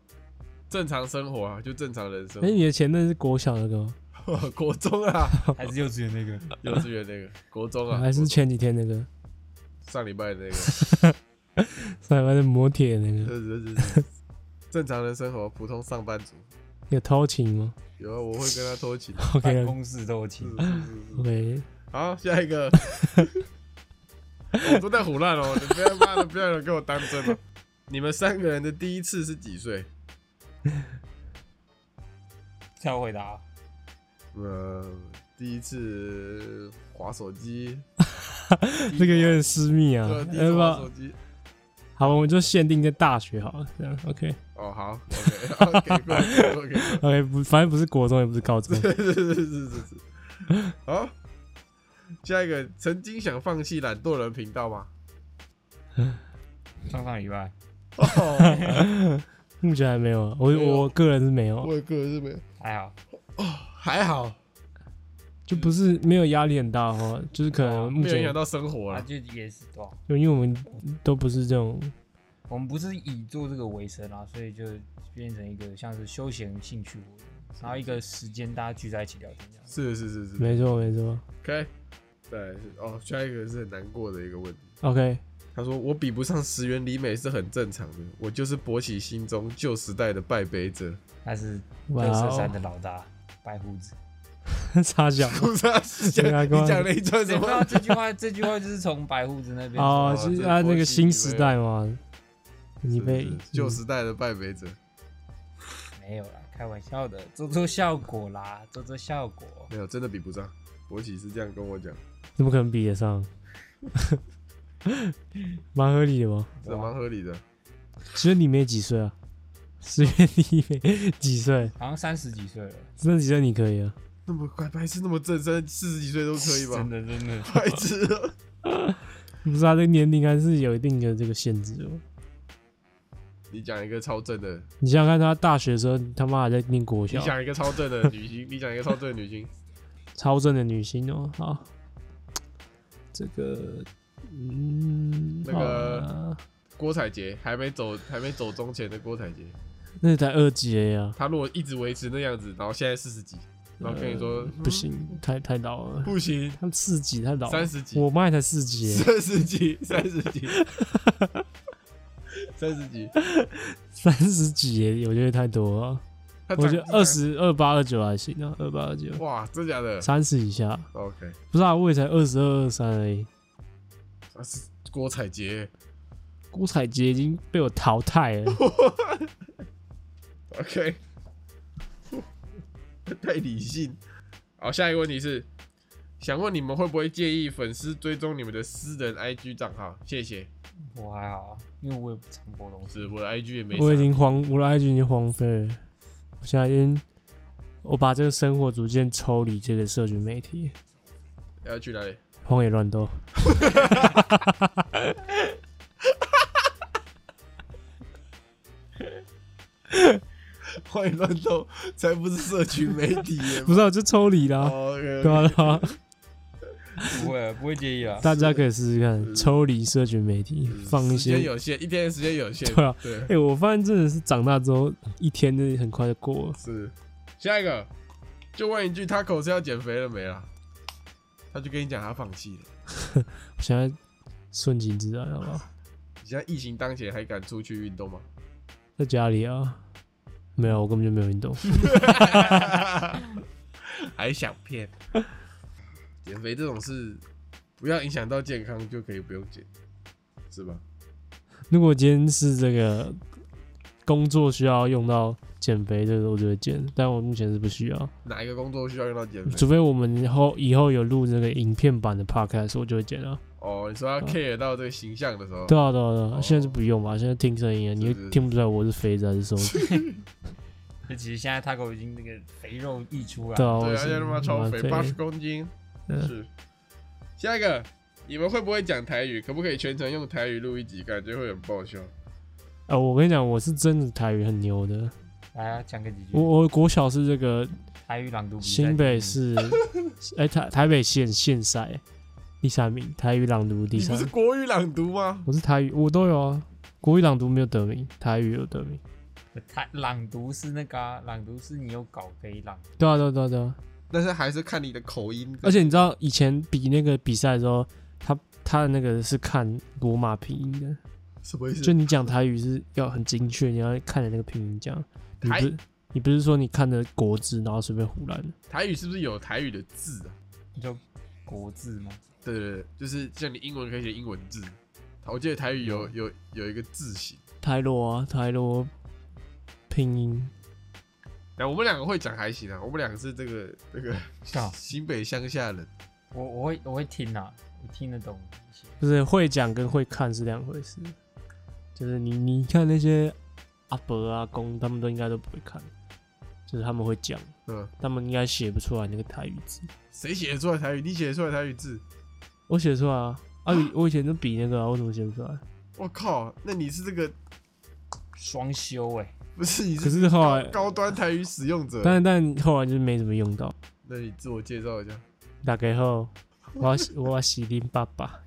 [SPEAKER 4] 正常生活啊，就正常人生
[SPEAKER 2] 哎、你的前任是国小那个吗？
[SPEAKER 4] 活， 国中啊。
[SPEAKER 3] 还是幼稚园那个？
[SPEAKER 4] 幼稚园那个，国中啊，
[SPEAKER 2] 还是
[SPEAKER 4] 国中
[SPEAKER 2] 前几天那个
[SPEAKER 4] 上礼拜的 那个，
[SPEAKER 2] 上海湾的磨铁那个？
[SPEAKER 4] 是是是是正常人生活，普通上班族。
[SPEAKER 2] 有偷情 吗
[SPEAKER 4] 有啊，我会跟他偷情。
[SPEAKER 2] ？OK
[SPEAKER 3] 办
[SPEAKER 2] 了
[SPEAKER 3] 公室都有
[SPEAKER 4] 是
[SPEAKER 3] 请。
[SPEAKER 4] 是是是。
[SPEAKER 2] OK。
[SPEAKER 4] 好，下一 个，我都在胡乱哦，你不要妈的，不要有人跟我当真哦。你们三个人的第一次是几岁？
[SPEAKER 3] 跳回答，
[SPEAKER 4] 呃，第一次滑手机，
[SPEAKER 2] 这个有点私密啊
[SPEAKER 4] 对，第一
[SPEAKER 2] 要
[SPEAKER 4] 次
[SPEAKER 2] 不
[SPEAKER 4] 滑手
[SPEAKER 2] 要？
[SPEAKER 4] 机。
[SPEAKER 2] 好，我们就限定在大学好了，这样 OK
[SPEAKER 4] 哦，好，OK，OK，过来过 来过来。
[SPEAKER 2] OK，不，反正不是国中也不是高 中，
[SPEAKER 4] 是是是是是。好，下一个，曾经想放弃懒惰人频道吗？
[SPEAKER 3] 上上礼拜
[SPEAKER 4] 哦，
[SPEAKER 2] 目前还没有啊，我
[SPEAKER 4] 没有
[SPEAKER 2] 我个人是没有啊，
[SPEAKER 4] 我个人是没有。
[SPEAKER 3] 还好，
[SPEAKER 4] 还好，
[SPEAKER 2] 就不是没有压力很大的话，就是可能目
[SPEAKER 4] 没有影
[SPEAKER 2] 前
[SPEAKER 4] 响到生活
[SPEAKER 3] 他
[SPEAKER 4] 了。
[SPEAKER 3] 就也是对啊
[SPEAKER 2] 就因为我们都不是这种，
[SPEAKER 3] 我们不是以做这个为生啊，所以就变成一个像是休闲兴趣活动，然后一个时间大家聚在一起聊天这样。
[SPEAKER 4] 是是是是
[SPEAKER 2] 没错没错。
[SPEAKER 4] ，OK。对，哦，下一个是很难过的一个问题。
[SPEAKER 2] OK，
[SPEAKER 4] 他说：“我比不上石原里美是很正常的，我就是博起心中旧时代的败北者。
[SPEAKER 3] 他是
[SPEAKER 2] 哇、
[SPEAKER 3] 特色山的
[SPEAKER 2] 哦，
[SPEAKER 3] 老大，白胡子。
[SPEAKER 2] 差小
[SPEAKER 4] 不是啊，你讲你讲了 一段什
[SPEAKER 3] 对，啊不知
[SPEAKER 4] 么？
[SPEAKER 3] 道这句话，这句话就是从白胡子那边
[SPEAKER 2] 哦，
[SPEAKER 4] 这
[SPEAKER 2] 就是
[SPEAKER 4] 是
[SPEAKER 2] 啊
[SPEAKER 4] 国
[SPEAKER 2] 那个
[SPEAKER 4] 际
[SPEAKER 2] 新
[SPEAKER 4] 地
[SPEAKER 2] 时
[SPEAKER 4] 位
[SPEAKER 2] 代嘛，你
[SPEAKER 4] 是
[SPEAKER 2] 被
[SPEAKER 4] 是旧时代的败北者。
[SPEAKER 3] 没有啦，开玩笑的，做做效果啦，做做效果。
[SPEAKER 4] 没有，真的比不上。博起是这样跟我讲，
[SPEAKER 2] 怎么可能比得上？ 蛮合理的吧？
[SPEAKER 4] 这蛮合理的。
[SPEAKER 2] 石原里美几岁啊？石原里美几岁？
[SPEAKER 3] 好像三十几岁了，
[SPEAKER 2] 真的几岁你可以啊？
[SPEAKER 4] 那么快，白痴那么正身，四十几岁都可以吧
[SPEAKER 3] 真？的真的。
[SPEAKER 4] 白痴啊，
[SPEAKER 2] 不是啊，这个年龄还是有一定的这个限制哦。
[SPEAKER 4] 你讲一个超正的，
[SPEAKER 2] 你想想看，他大学的时候他妈还在念国
[SPEAKER 4] 你
[SPEAKER 2] 小，
[SPEAKER 4] 讲一个超正的女星，你讲一个超正的女星，
[SPEAKER 2] 超正的女星哦。好，这个，嗯，
[SPEAKER 4] 那个
[SPEAKER 2] 好啊
[SPEAKER 4] 郭采洁还没走，还没走中前的郭采洁，
[SPEAKER 2] 那才二级而已啊，
[SPEAKER 4] 她如果一直维持那样子，然后现在四十几，然后跟你说、
[SPEAKER 2] 呃
[SPEAKER 4] 嗯
[SPEAKER 2] 不行，太太老了，
[SPEAKER 4] 不行，
[SPEAKER 2] 他四级太老了，
[SPEAKER 4] 三十几
[SPEAKER 2] 我妈也才四级耶，
[SPEAKER 4] 三十几，三十 几，三十几，
[SPEAKER 2] 三十几耶，我觉得太多了。
[SPEAKER 4] 她长
[SPEAKER 2] 我觉得二，十二八二九还行啊，二八二九，
[SPEAKER 4] 哇，真假的
[SPEAKER 2] 三十以下，
[SPEAKER 4] ？OK，
[SPEAKER 2] 不是啊，我也才二十二二三而已。
[SPEAKER 4] 啊是郭采洁
[SPEAKER 2] 郭采洁已经被我淘汰 了，
[SPEAKER 4] ，OK，太理性。好，下一个问题是，想问你们会不会介意粉丝追踪你们的私人 IG 账号？谢谢，
[SPEAKER 3] 我还好啊，因为我也不常播东西。
[SPEAKER 4] 是我的 IG 也没啥，
[SPEAKER 2] 我已经荒，我的 IG 已经荒废了。我现在已经，我把这个生活逐渐抽离这个社群媒体，
[SPEAKER 4] 要去哪里？
[SPEAKER 2] 荒野乱斗。
[SPEAKER 4] 欢迎乱斗，才不是社群媒体耶
[SPEAKER 2] 不是、啊，我就抽离啦、
[SPEAKER 4] 哦
[SPEAKER 2] 对啊，对啊，
[SPEAKER 3] 不会啊，不会介意啊。
[SPEAKER 2] 大家可以试试看，抽离社群媒体，放一
[SPEAKER 4] 时间
[SPEAKER 2] 些。
[SPEAKER 4] 有限，一天的时间有限，
[SPEAKER 2] 对啊
[SPEAKER 4] 对
[SPEAKER 2] 哎、，我发现真的是长大之后，一天真的很快就过了。
[SPEAKER 4] 是。下一个，就问一句，他口是要减肥了没啦？他就跟你讲他放弃了。
[SPEAKER 2] 我现在顺其自然，好不好？
[SPEAKER 4] 你现在疫情当前还敢出去运动吗？
[SPEAKER 2] 在家里啊，没有，我根本就没有运动。
[SPEAKER 4] 还想骗？减肥这种事，不要影响到健康就可以不用减，是吧？
[SPEAKER 2] 如果今天是这个工作需要用到减肥，这个我就会减，但我目前是不需要，
[SPEAKER 4] 哪一个工作需要用到减肥
[SPEAKER 2] 除？非我们以后以后有录这个影片版的 podcast，我就会减啊。
[SPEAKER 4] 哦，你说要 care 到这个形象的时候，
[SPEAKER 2] 对啊，对啊，对啊，
[SPEAKER 4] 哦
[SPEAKER 2] 现在是不用吧？现在听声音啊，你
[SPEAKER 4] 是
[SPEAKER 2] 又
[SPEAKER 4] 是
[SPEAKER 2] 听不出来我是肥子还是瘦子。
[SPEAKER 3] 那其实现在 Taco 已经那个肥肉溢出
[SPEAKER 2] 对
[SPEAKER 3] 了，
[SPEAKER 2] 啊，我
[SPEAKER 4] 对，而
[SPEAKER 2] 是
[SPEAKER 4] 且他妈超
[SPEAKER 2] 蛮
[SPEAKER 4] 肥，八十公斤。
[SPEAKER 2] 嗯
[SPEAKER 4] 是。下一个，你们会不会讲台语？可不可以全程用台语录一集？感觉会很爆笑。
[SPEAKER 2] 啊，我跟你讲，我是真的台语很牛的。
[SPEAKER 3] 来啊，讲个几句
[SPEAKER 2] 我。我国小是这个
[SPEAKER 3] 台语朗读比赛
[SPEAKER 2] 新北， 市，哎、台台北县县赛第三名，台语朗读第
[SPEAKER 4] 你
[SPEAKER 2] 三
[SPEAKER 4] 不是
[SPEAKER 2] 名。
[SPEAKER 4] 国语朗读吗？
[SPEAKER 2] 我是台语，我都有啊。国语朗读没有得名，台语有得名。
[SPEAKER 3] 台朗读是那个啊朗读是你有稿可以朗读，
[SPEAKER 2] 对啊，对啊，对啊，对啊。
[SPEAKER 4] 但是还是看你的口音。
[SPEAKER 2] 而且你知道以前比那个比赛的时候，他他的那个是看罗马拼音的，
[SPEAKER 4] 什么意思？
[SPEAKER 2] 就你讲台语是要很精确，你要看着那个拼音讲。你不
[SPEAKER 4] 台
[SPEAKER 2] 是你不是说你看着国字然后随便胡乱的？
[SPEAKER 4] 台语是不是有台语的字啊？
[SPEAKER 3] 你就国字吗？
[SPEAKER 4] 对对对，就是像你英文可以写英文字，我记得台语有有有一个字形。
[SPEAKER 2] 台罗啊，台罗拼音。
[SPEAKER 4] 哎，我们两个会讲还行啊，我们两个是这个这个
[SPEAKER 3] 靠
[SPEAKER 4] 新北乡下人。
[SPEAKER 3] 我我会我会听啊，我听得懂一些。
[SPEAKER 2] 就是会讲跟会看是两回事。就是你你看那些阿伯阿公，他们都应该都不会看，就是他们会讲，
[SPEAKER 4] 嗯，
[SPEAKER 2] 他们应该写不出来那个台语字。
[SPEAKER 4] 谁写得出来台语？你写得出来台语字？
[SPEAKER 2] 我写出来啊，啊，以我以前都比那个、啊，我怎么写不出来？
[SPEAKER 4] 我靠，那你是这个
[SPEAKER 3] 双修哎、
[SPEAKER 4] 不是你
[SPEAKER 2] 可
[SPEAKER 4] 是
[SPEAKER 2] 是后来，
[SPEAKER 4] 高端台语使用者，
[SPEAKER 2] 但但后来就是没怎么用到。
[SPEAKER 4] 那你自我介绍一下。
[SPEAKER 2] 大概后，我是我是恁爸爸，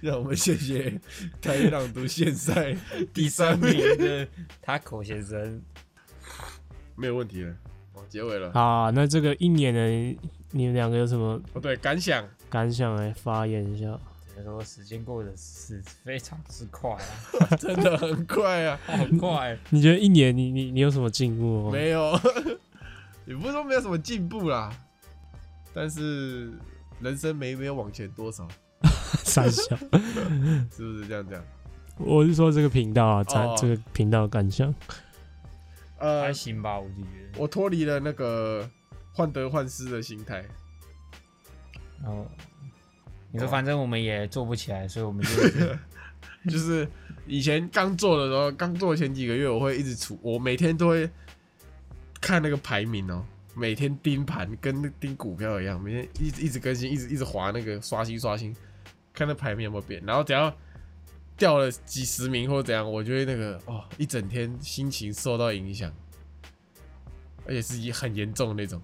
[SPEAKER 4] 让我们谢谢台语朗读现赛第三
[SPEAKER 3] 名
[SPEAKER 4] 名，
[SPEAKER 3] 的 Taco 先生，
[SPEAKER 4] 没有问题了。哦，结尾了。
[SPEAKER 2] 啊，那这个一年的你们两个有什么
[SPEAKER 4] 哦，对，感想。
[SPEAKER 2] 感想来发言一下？
[SPEAKER 3] 只能说时间过得是非常之快啊，
[SPEAKER 4] 真的很快啊，
[SPEAKER 3] 好快、
[SPEAKER 2] 你觉得一年你你你有什么进步吗？
[SPEAKER 4] 没有， 也不是说没有什么进步啦，但是人生没没有往前多少，
[SPEAKER 2] 三小，
[SPEAKER 4] 是不是这样讲？
[SPEAKER 2] 我是说这个频道啊，咱
[SPEAKER 4] 哦
[SPEAKER 2] 这个频道的感想，
[SPEAKER 4] 呃
[SPEAKER 3] 还，行吧，我就觉得。
[SPEAKER 4] 我脱离了那个患得患失的心态，
[SPEAKER 3] 然后你说，反正我们也做不起来，所以我们就
[SPEAKER 4] 就是以前刚做的时候，刚做前几个月，我会一直处，我每天都会看那个排名哦、每天盯盘，跟盯股票一样，每天一直一直更新，一直一直划那个刷新刷新，看那排名有没有变。然后只要掉了几十名或者怎样，我就会那个哦，一整天心情受到影响，而且是一很严重的那种。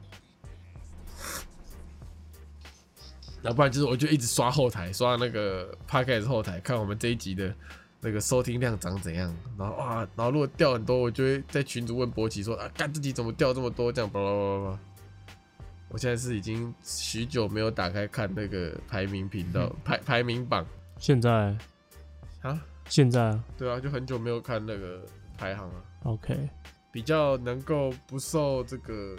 [SPEAKER 4] 要不然就是我就一直刷后台，刷那个 podcast 后台，看我们这一集的那个收听量长怎样。然后啊，然后如果掉很多，我就会在群主问博奇说啊，干这集怎么掉这么多？这样巴拉巴拉巴拉。我现在是已经许久没有打开看那个排名频道、排排名榜
[SPEAKER 2] 现在
[SPEAKER 4] 啊，
[SPEAKER 2] 现在啊
[SPEAKER 4] 对啊，就很久没有看那个排行了、
[SPEAKER 2] OK，
[SPEAKER 4] 比较能够不受这个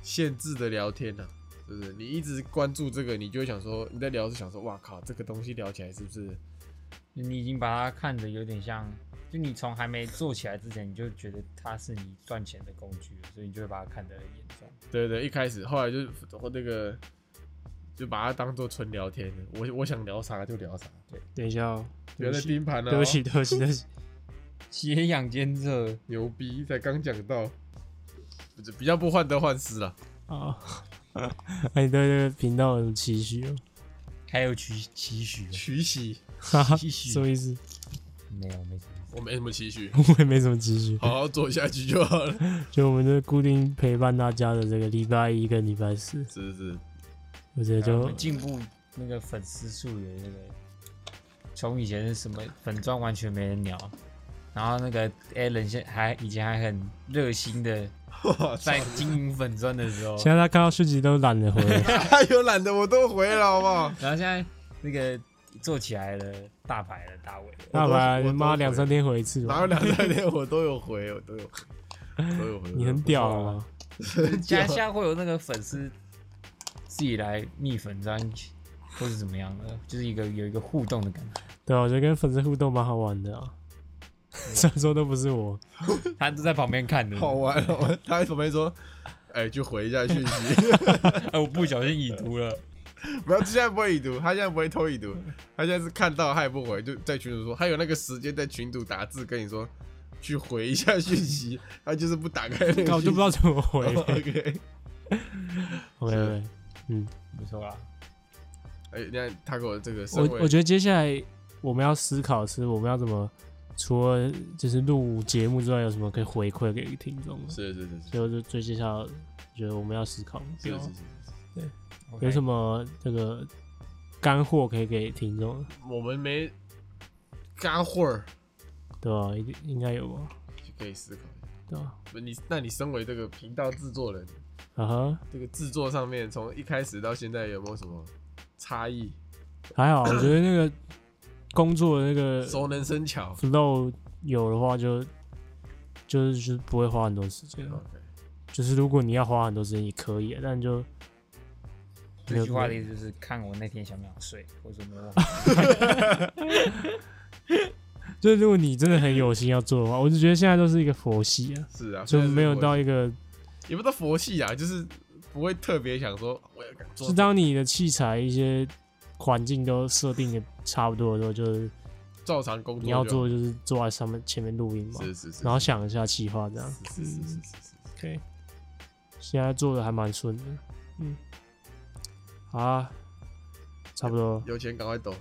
[SPEAKER 4] 限制的聊天呐、啊，是不是？你一直关注这个，你就会想说你在聊是想说，哇靠，这个东西聊起来是不是？
[SPEAKER 3] 你已经把它看得有点像，就你从还没做起来之前，你就觉得它是你赚钱的工具了，所以你就会把它看得很严重。
[SPEAKER 4] 对对，一开始，后来就是那个就把它当做纯聊天的，我我想聊啥就聊啥，
[SPEAKER 2] 等一下、哦，
[SPEAKER 4] 不要再盯盘啊了、哦
[SPEAKER 2] 对不起，，对不起，对不起，
[SPEAKER 3] 斜阳兼热，
[SPEAKER 4] 牛逼，才刚讲到，不是比较不患得患失啦。
[SPEAKER 2] 啊，那哎你对这个频道有什么期许哦？
[SPEAKER 3] 还有期期许哦，
[SPEAKER 4] 取喜，
[SPEAKER 2] 哈哈，
[SPEAKER 3] 期许
[SPEAKER 2] 哦 什么意思？
[SPEAKER 3] 没有没什么意思。
[SPEAKER 4] 我没什么期 许，
[SPEAKER 2] 我也没什么期许，
[SPEAKER 4] 好好做下去就好了。
[SPEAKER 2] 就我们这固定陪伴大家的这个礼拜一跟礼拜四，
[SPEAKER 4] 是是是，
[SPEAKER 2] 我觉得
[SPEAKER 4] 啊
[SPEAKER 3] 我
[SPEAKER 2] 就
[SPEAKER 3] 们进步那个粉丝数有那个，从以前是什么粉钻完全没人鸟，然后那个 Allen 现还以前还很热心的
[SPEAKER 4] 哇 塞，
[SPEAKER 3] 在经营粉钻的时候，
[SPEAKER 2] 现在他看到讯息都懒得回，
[SPEAKER 4] 有懒得我都回了，好不好？
[SPEAKER 3] 然后现在那个做起来了，大牌了，大伟了，
[SPEAKER 2] 那不然
[SPEAKER 4] 我都
[SPEAKER 2] 妈
[SPEAKER 4] 回
[SPEAKER 2] 两三天回一次
[SPEAKER 4] 哪
[SPEAKER 2] 吧。
[SPEAKER 4] 有两三天我都有回，我都有回，都有回。
[SPEAKER 2] 你很屌啊！
[SPEAKER 3] 现在现在会有那个粉丝自己来密粉钻，或是怎么样的，就是一个有一个互动的感觉，
[SPEAKER 2] 对啊，我觉得跟粉丝互动蛮好玩的啊。
[SPEAKER 4] 嗯
[SPEAKER 2] 虽然说都不是我，
[SPEAKER 3] 他都在旁边看的，
[SPEAKER 4] 好玩好玩。他在旁边说：“哎、去回一下讯 息，
[SPEAKER 3] 哎，我不小心已读了，
[SPEAKER 4] 不要，现在不会已读，他现在不会偷已读，他现在是看到他也不回，就在群主说，他有那个时间在群主打字跟你说去回一下讯息， 他就是不打开那个讯息，
[SPEAKER 2] 看我就不知道怎么回。
[SPEAKER 4] OK，
[SPEAKER 2] OK，OK，
[SPEAKER 3] 不错啊啦，
[SPEAKER 4] 哎、你看他给我这个身
[SPEAKER 2] 我
[SPEAKER 4] 为，
[SPEAKER 2] 我觉得接下来我们要思考的是我们要怎么，除了就是录节目之外，有什么可以回馈给听众的。
[SPEAKER 4] 是是是是
[SPEAKER 2] 所以我就最接下来觉得我们要思考目
[SPEAKER 4] 嗯是哦
[SPEAKER 2] 标
[SPEAKER 4] 是是，
[SPEAKER 2] 有什
[SPEAKER 3] 么？
[SPEAKER 2] 么这个干货可以给听众，
[SPEAKER 4] 我们没干货儿
[SPEAKER 2] 对吧、一定应该有吧，
[SPEAKER 4] 就可以思考一下。
[SPEAKER 2] 对吧、
[SPEAKER 4] 不你那你身为这个频道制作人，
[SPEAKER 2] 啊哈，
[SPEAKER 4] 这个制作上面从一开始到现在有没有什么差异？
[SPEAKER 2] 还好，我觉得那个工作的那个
[SPEAKER 4] 熟能生巧。
[SPEAKER 2] flow 有的话就，就是就是不会花很多时间啊。
[SPEAKER 4] OK，
[SPEAKER 2] 就是如果你要花很多时间，也可以啊，但就
[SPEAKER 3] 这句话的意思就是看我那天想不想睡，或者有没有忘记。
[SPEAKER 2] 就是如果你真的很有心要做的话，我就觉得现在都是一个佛系啊，
[SPEAKER 4] 是啊，
[SPEAKER 2] 就没有
[SPEAKER 4] 现在是佛
[SPEAKER 2] 到一个，
[SPEAKER 4] 系，也不是佛系啊，就是不会特别想说我要敢做
[SPEAKER 2] 是。当你的器材一些环境都设定的差不多的时候，就是
[SPEAKER 4] 照常工作
[SPEAKER 2] 你要
[SPEAKER 4] 就好，
[SPEAKER 2] 做就是坐在上面前面录音嘛，
[SPEAKER 4] 啊是是是，
[SPEAKER 2] 然后想一下企划这样。
[SPEAKER 4] 是是是是是是，
[SPEAKER 2] OK，现在做的还蛮顺的，嗯，好啊，差不多，
[SPEAKER 4] 有钱赶快抖，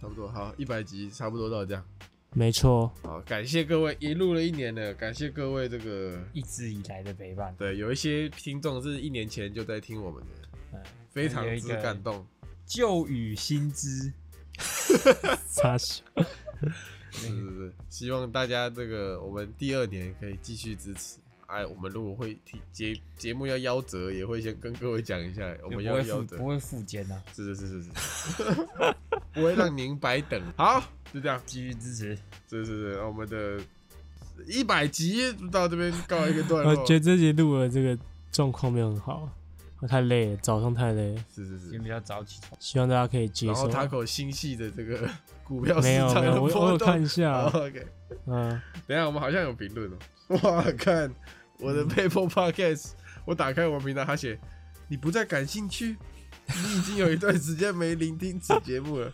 [SPEAKER 4] 差不多，好，一百集差不多到这样。
[SPEAKER 2] 没错，
[SPEAKER 4] 好，感谢各位，一录了一年了，感谢各位这个，
[SPEAKER 3] 一直以来的陪伴，
[SPEAKER 4] 对，有一些听众是一年前就在听我们的，
[SPEAKER 2] 哎
[SPEAKER 3] 嗯，
[SPEAKER 4] 非常
[SPEAKER 3] 有一
[SPEAKER 4] 之
[SPEAKER 3] 个
[SPEAKER 4] 感动。
[SPEAKER 3] 旧雨新知，
[SPEAKER 2] 傻笑。
[SPEAKER 4] 是是是，希望大家这个我们第二年可以继续支持。哎，我们如果会提节节目要夭折，也会先跟各位讲一下，我
[SPEAKER 3] 我
[SPEAKER 4] 们
[SPEAKER 3] 不
[SPEAKER 4] 要
[SPEAKER 3] 会
[SPEAKER 4] 夭
[SPEAKER 3] 复
[SPEAKER 4] 折，
[SPEAKER 3] 不会啊复健呐，
[SPEAKER 4] 是是是是 是，不会让您白等。好，就这样，
[SPEAKER 3] 继续支持，
[SPEAKER 4] 是是是，我们的一百集到这边告一个段
[SPEAKER 2] 我
[SPEAKER 4] 落。
[SPEAKER 2] 觉得这集录了这个状况没有很好，我太累了，早上太累了，
[SPEAKER 4] 是是
[SPEAKER 3] 今
[SPEAKER 4] 是，
[SPEAKER 3] 天比较早起床，
[SPEAKER 2] 希望大家可以接
[SPEAKER 4] 然后
[SPEAKER 2] 受。
[SPEAKER 4] Taco 心系的这个 股票
[SPEAKER 2] 没
[SPEAKER 4] 市
[SPEAKER 2] 有
[SPEAKER 4] 场
[SPEAKER 2] 没
[SPEAKER 4] 的
[SPEAKER 2] 有，我我
[SPEAKER 4] 波
[SPEAKER 2] 有看
[SPEAKER 4] 动
[SPEAKER 2] 一。下，
[SPEAKER 4] 哦 OK，
[SPEAKER 2] 嗯，
[SPEAKER 4] 等一下我们好像有评论哦。嗯哇，看我的 Paper Podcast，我打开我们平台，他写你不再感兴趣，你已经有一段时间没聆听此节目了。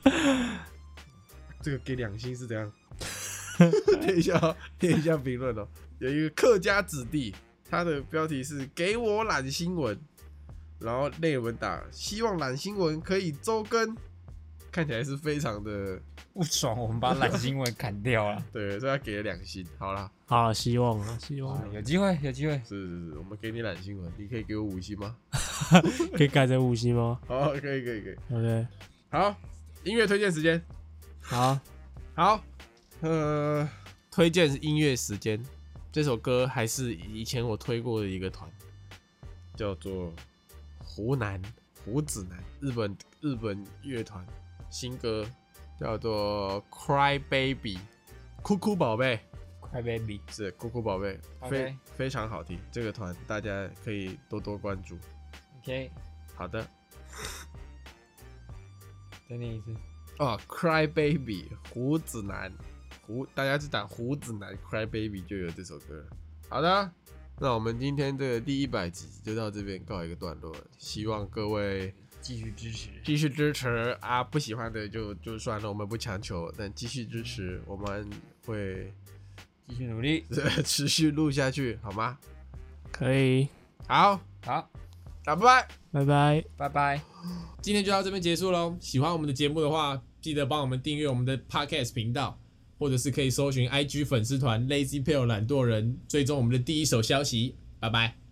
[SPEAKER 4] 这个给两星是怎 样？念一下哦，念一下评论哦。有一个客家子弟，他的标题是“给我懒新闻”，然后内文打“希望懒新闻可以周更”，看起来是非常的
[SPEAKER 3] 不爽我们把懒新闻砍 掉了，
[SPEAKER 4] 对，所以他给了两星。好啦，
[SPEAKER 2] 好，希望啊，希望
[SPEAKER 3] 啊有机会有机会，
[SPEAKER 4] 是是是，我们给你懒新闻，你可以给我五星吗？
[SPEAKER 2] 可以改成五星吗
[SPEAKER 4] 好，可以可以可以。
[SPEAKER 2] ？OK，
[SPEAKER 4] 好，音乐推荐时间。
[SPEAKER 2] 好，
[SPEAKER 4] 好，呃，推荐音乐时间。这首歌还是以前我推过的一个团，叫做湖南胡子男，日本日本乐团新歌叫做《Cry Baby》，哭哭宝贝。
[SPEAKER 3] 快 baby，
[SPEAKER 4] 是酷酷宝贝，非
[SPEAKER 3] OK
[SPEAKER 4] 非常好听，这个团大家可以多多关注。
[SPEAKER 3] OK，
[SPEAKER 4] 好的，
[SPEAKER 3] 再念一次，
[SPEAKER 4] 哦，Cry Baby，胡子男，胡，大家去打胡子男 Cry Baby 就有这首歌了。好的，那我们今天这个第一百集就到这边告一个段落了，希望各位
[SPEAKER 3] 继续支持，
[SPEAKER 4] 继续支持啊，不喜欢的就就算了，我们不强求，但继续支持，我们会
[SPEAKER 3] 继续努力，
[SPEAKER 4] 持续录下去，好吗？
[SPEAKER 2] 可以，
[SPEAKER 4] 好，
[SPEAKER 3] 好，
[SPEAKER 4] 打拜拜。
[SPEAKER 2] 拜拜。
[SPEAKER 3] 拜拜。
[SPEAKER 1] 今天就到这边结束喽。喜欢我们的节目的话，记得帮我们订阅我们的 Podcast 频道，或者是可以搜寻 IG 粉丝团 Lazy p a l e 懒惰人，追踪我们的第一手消息。拜拜。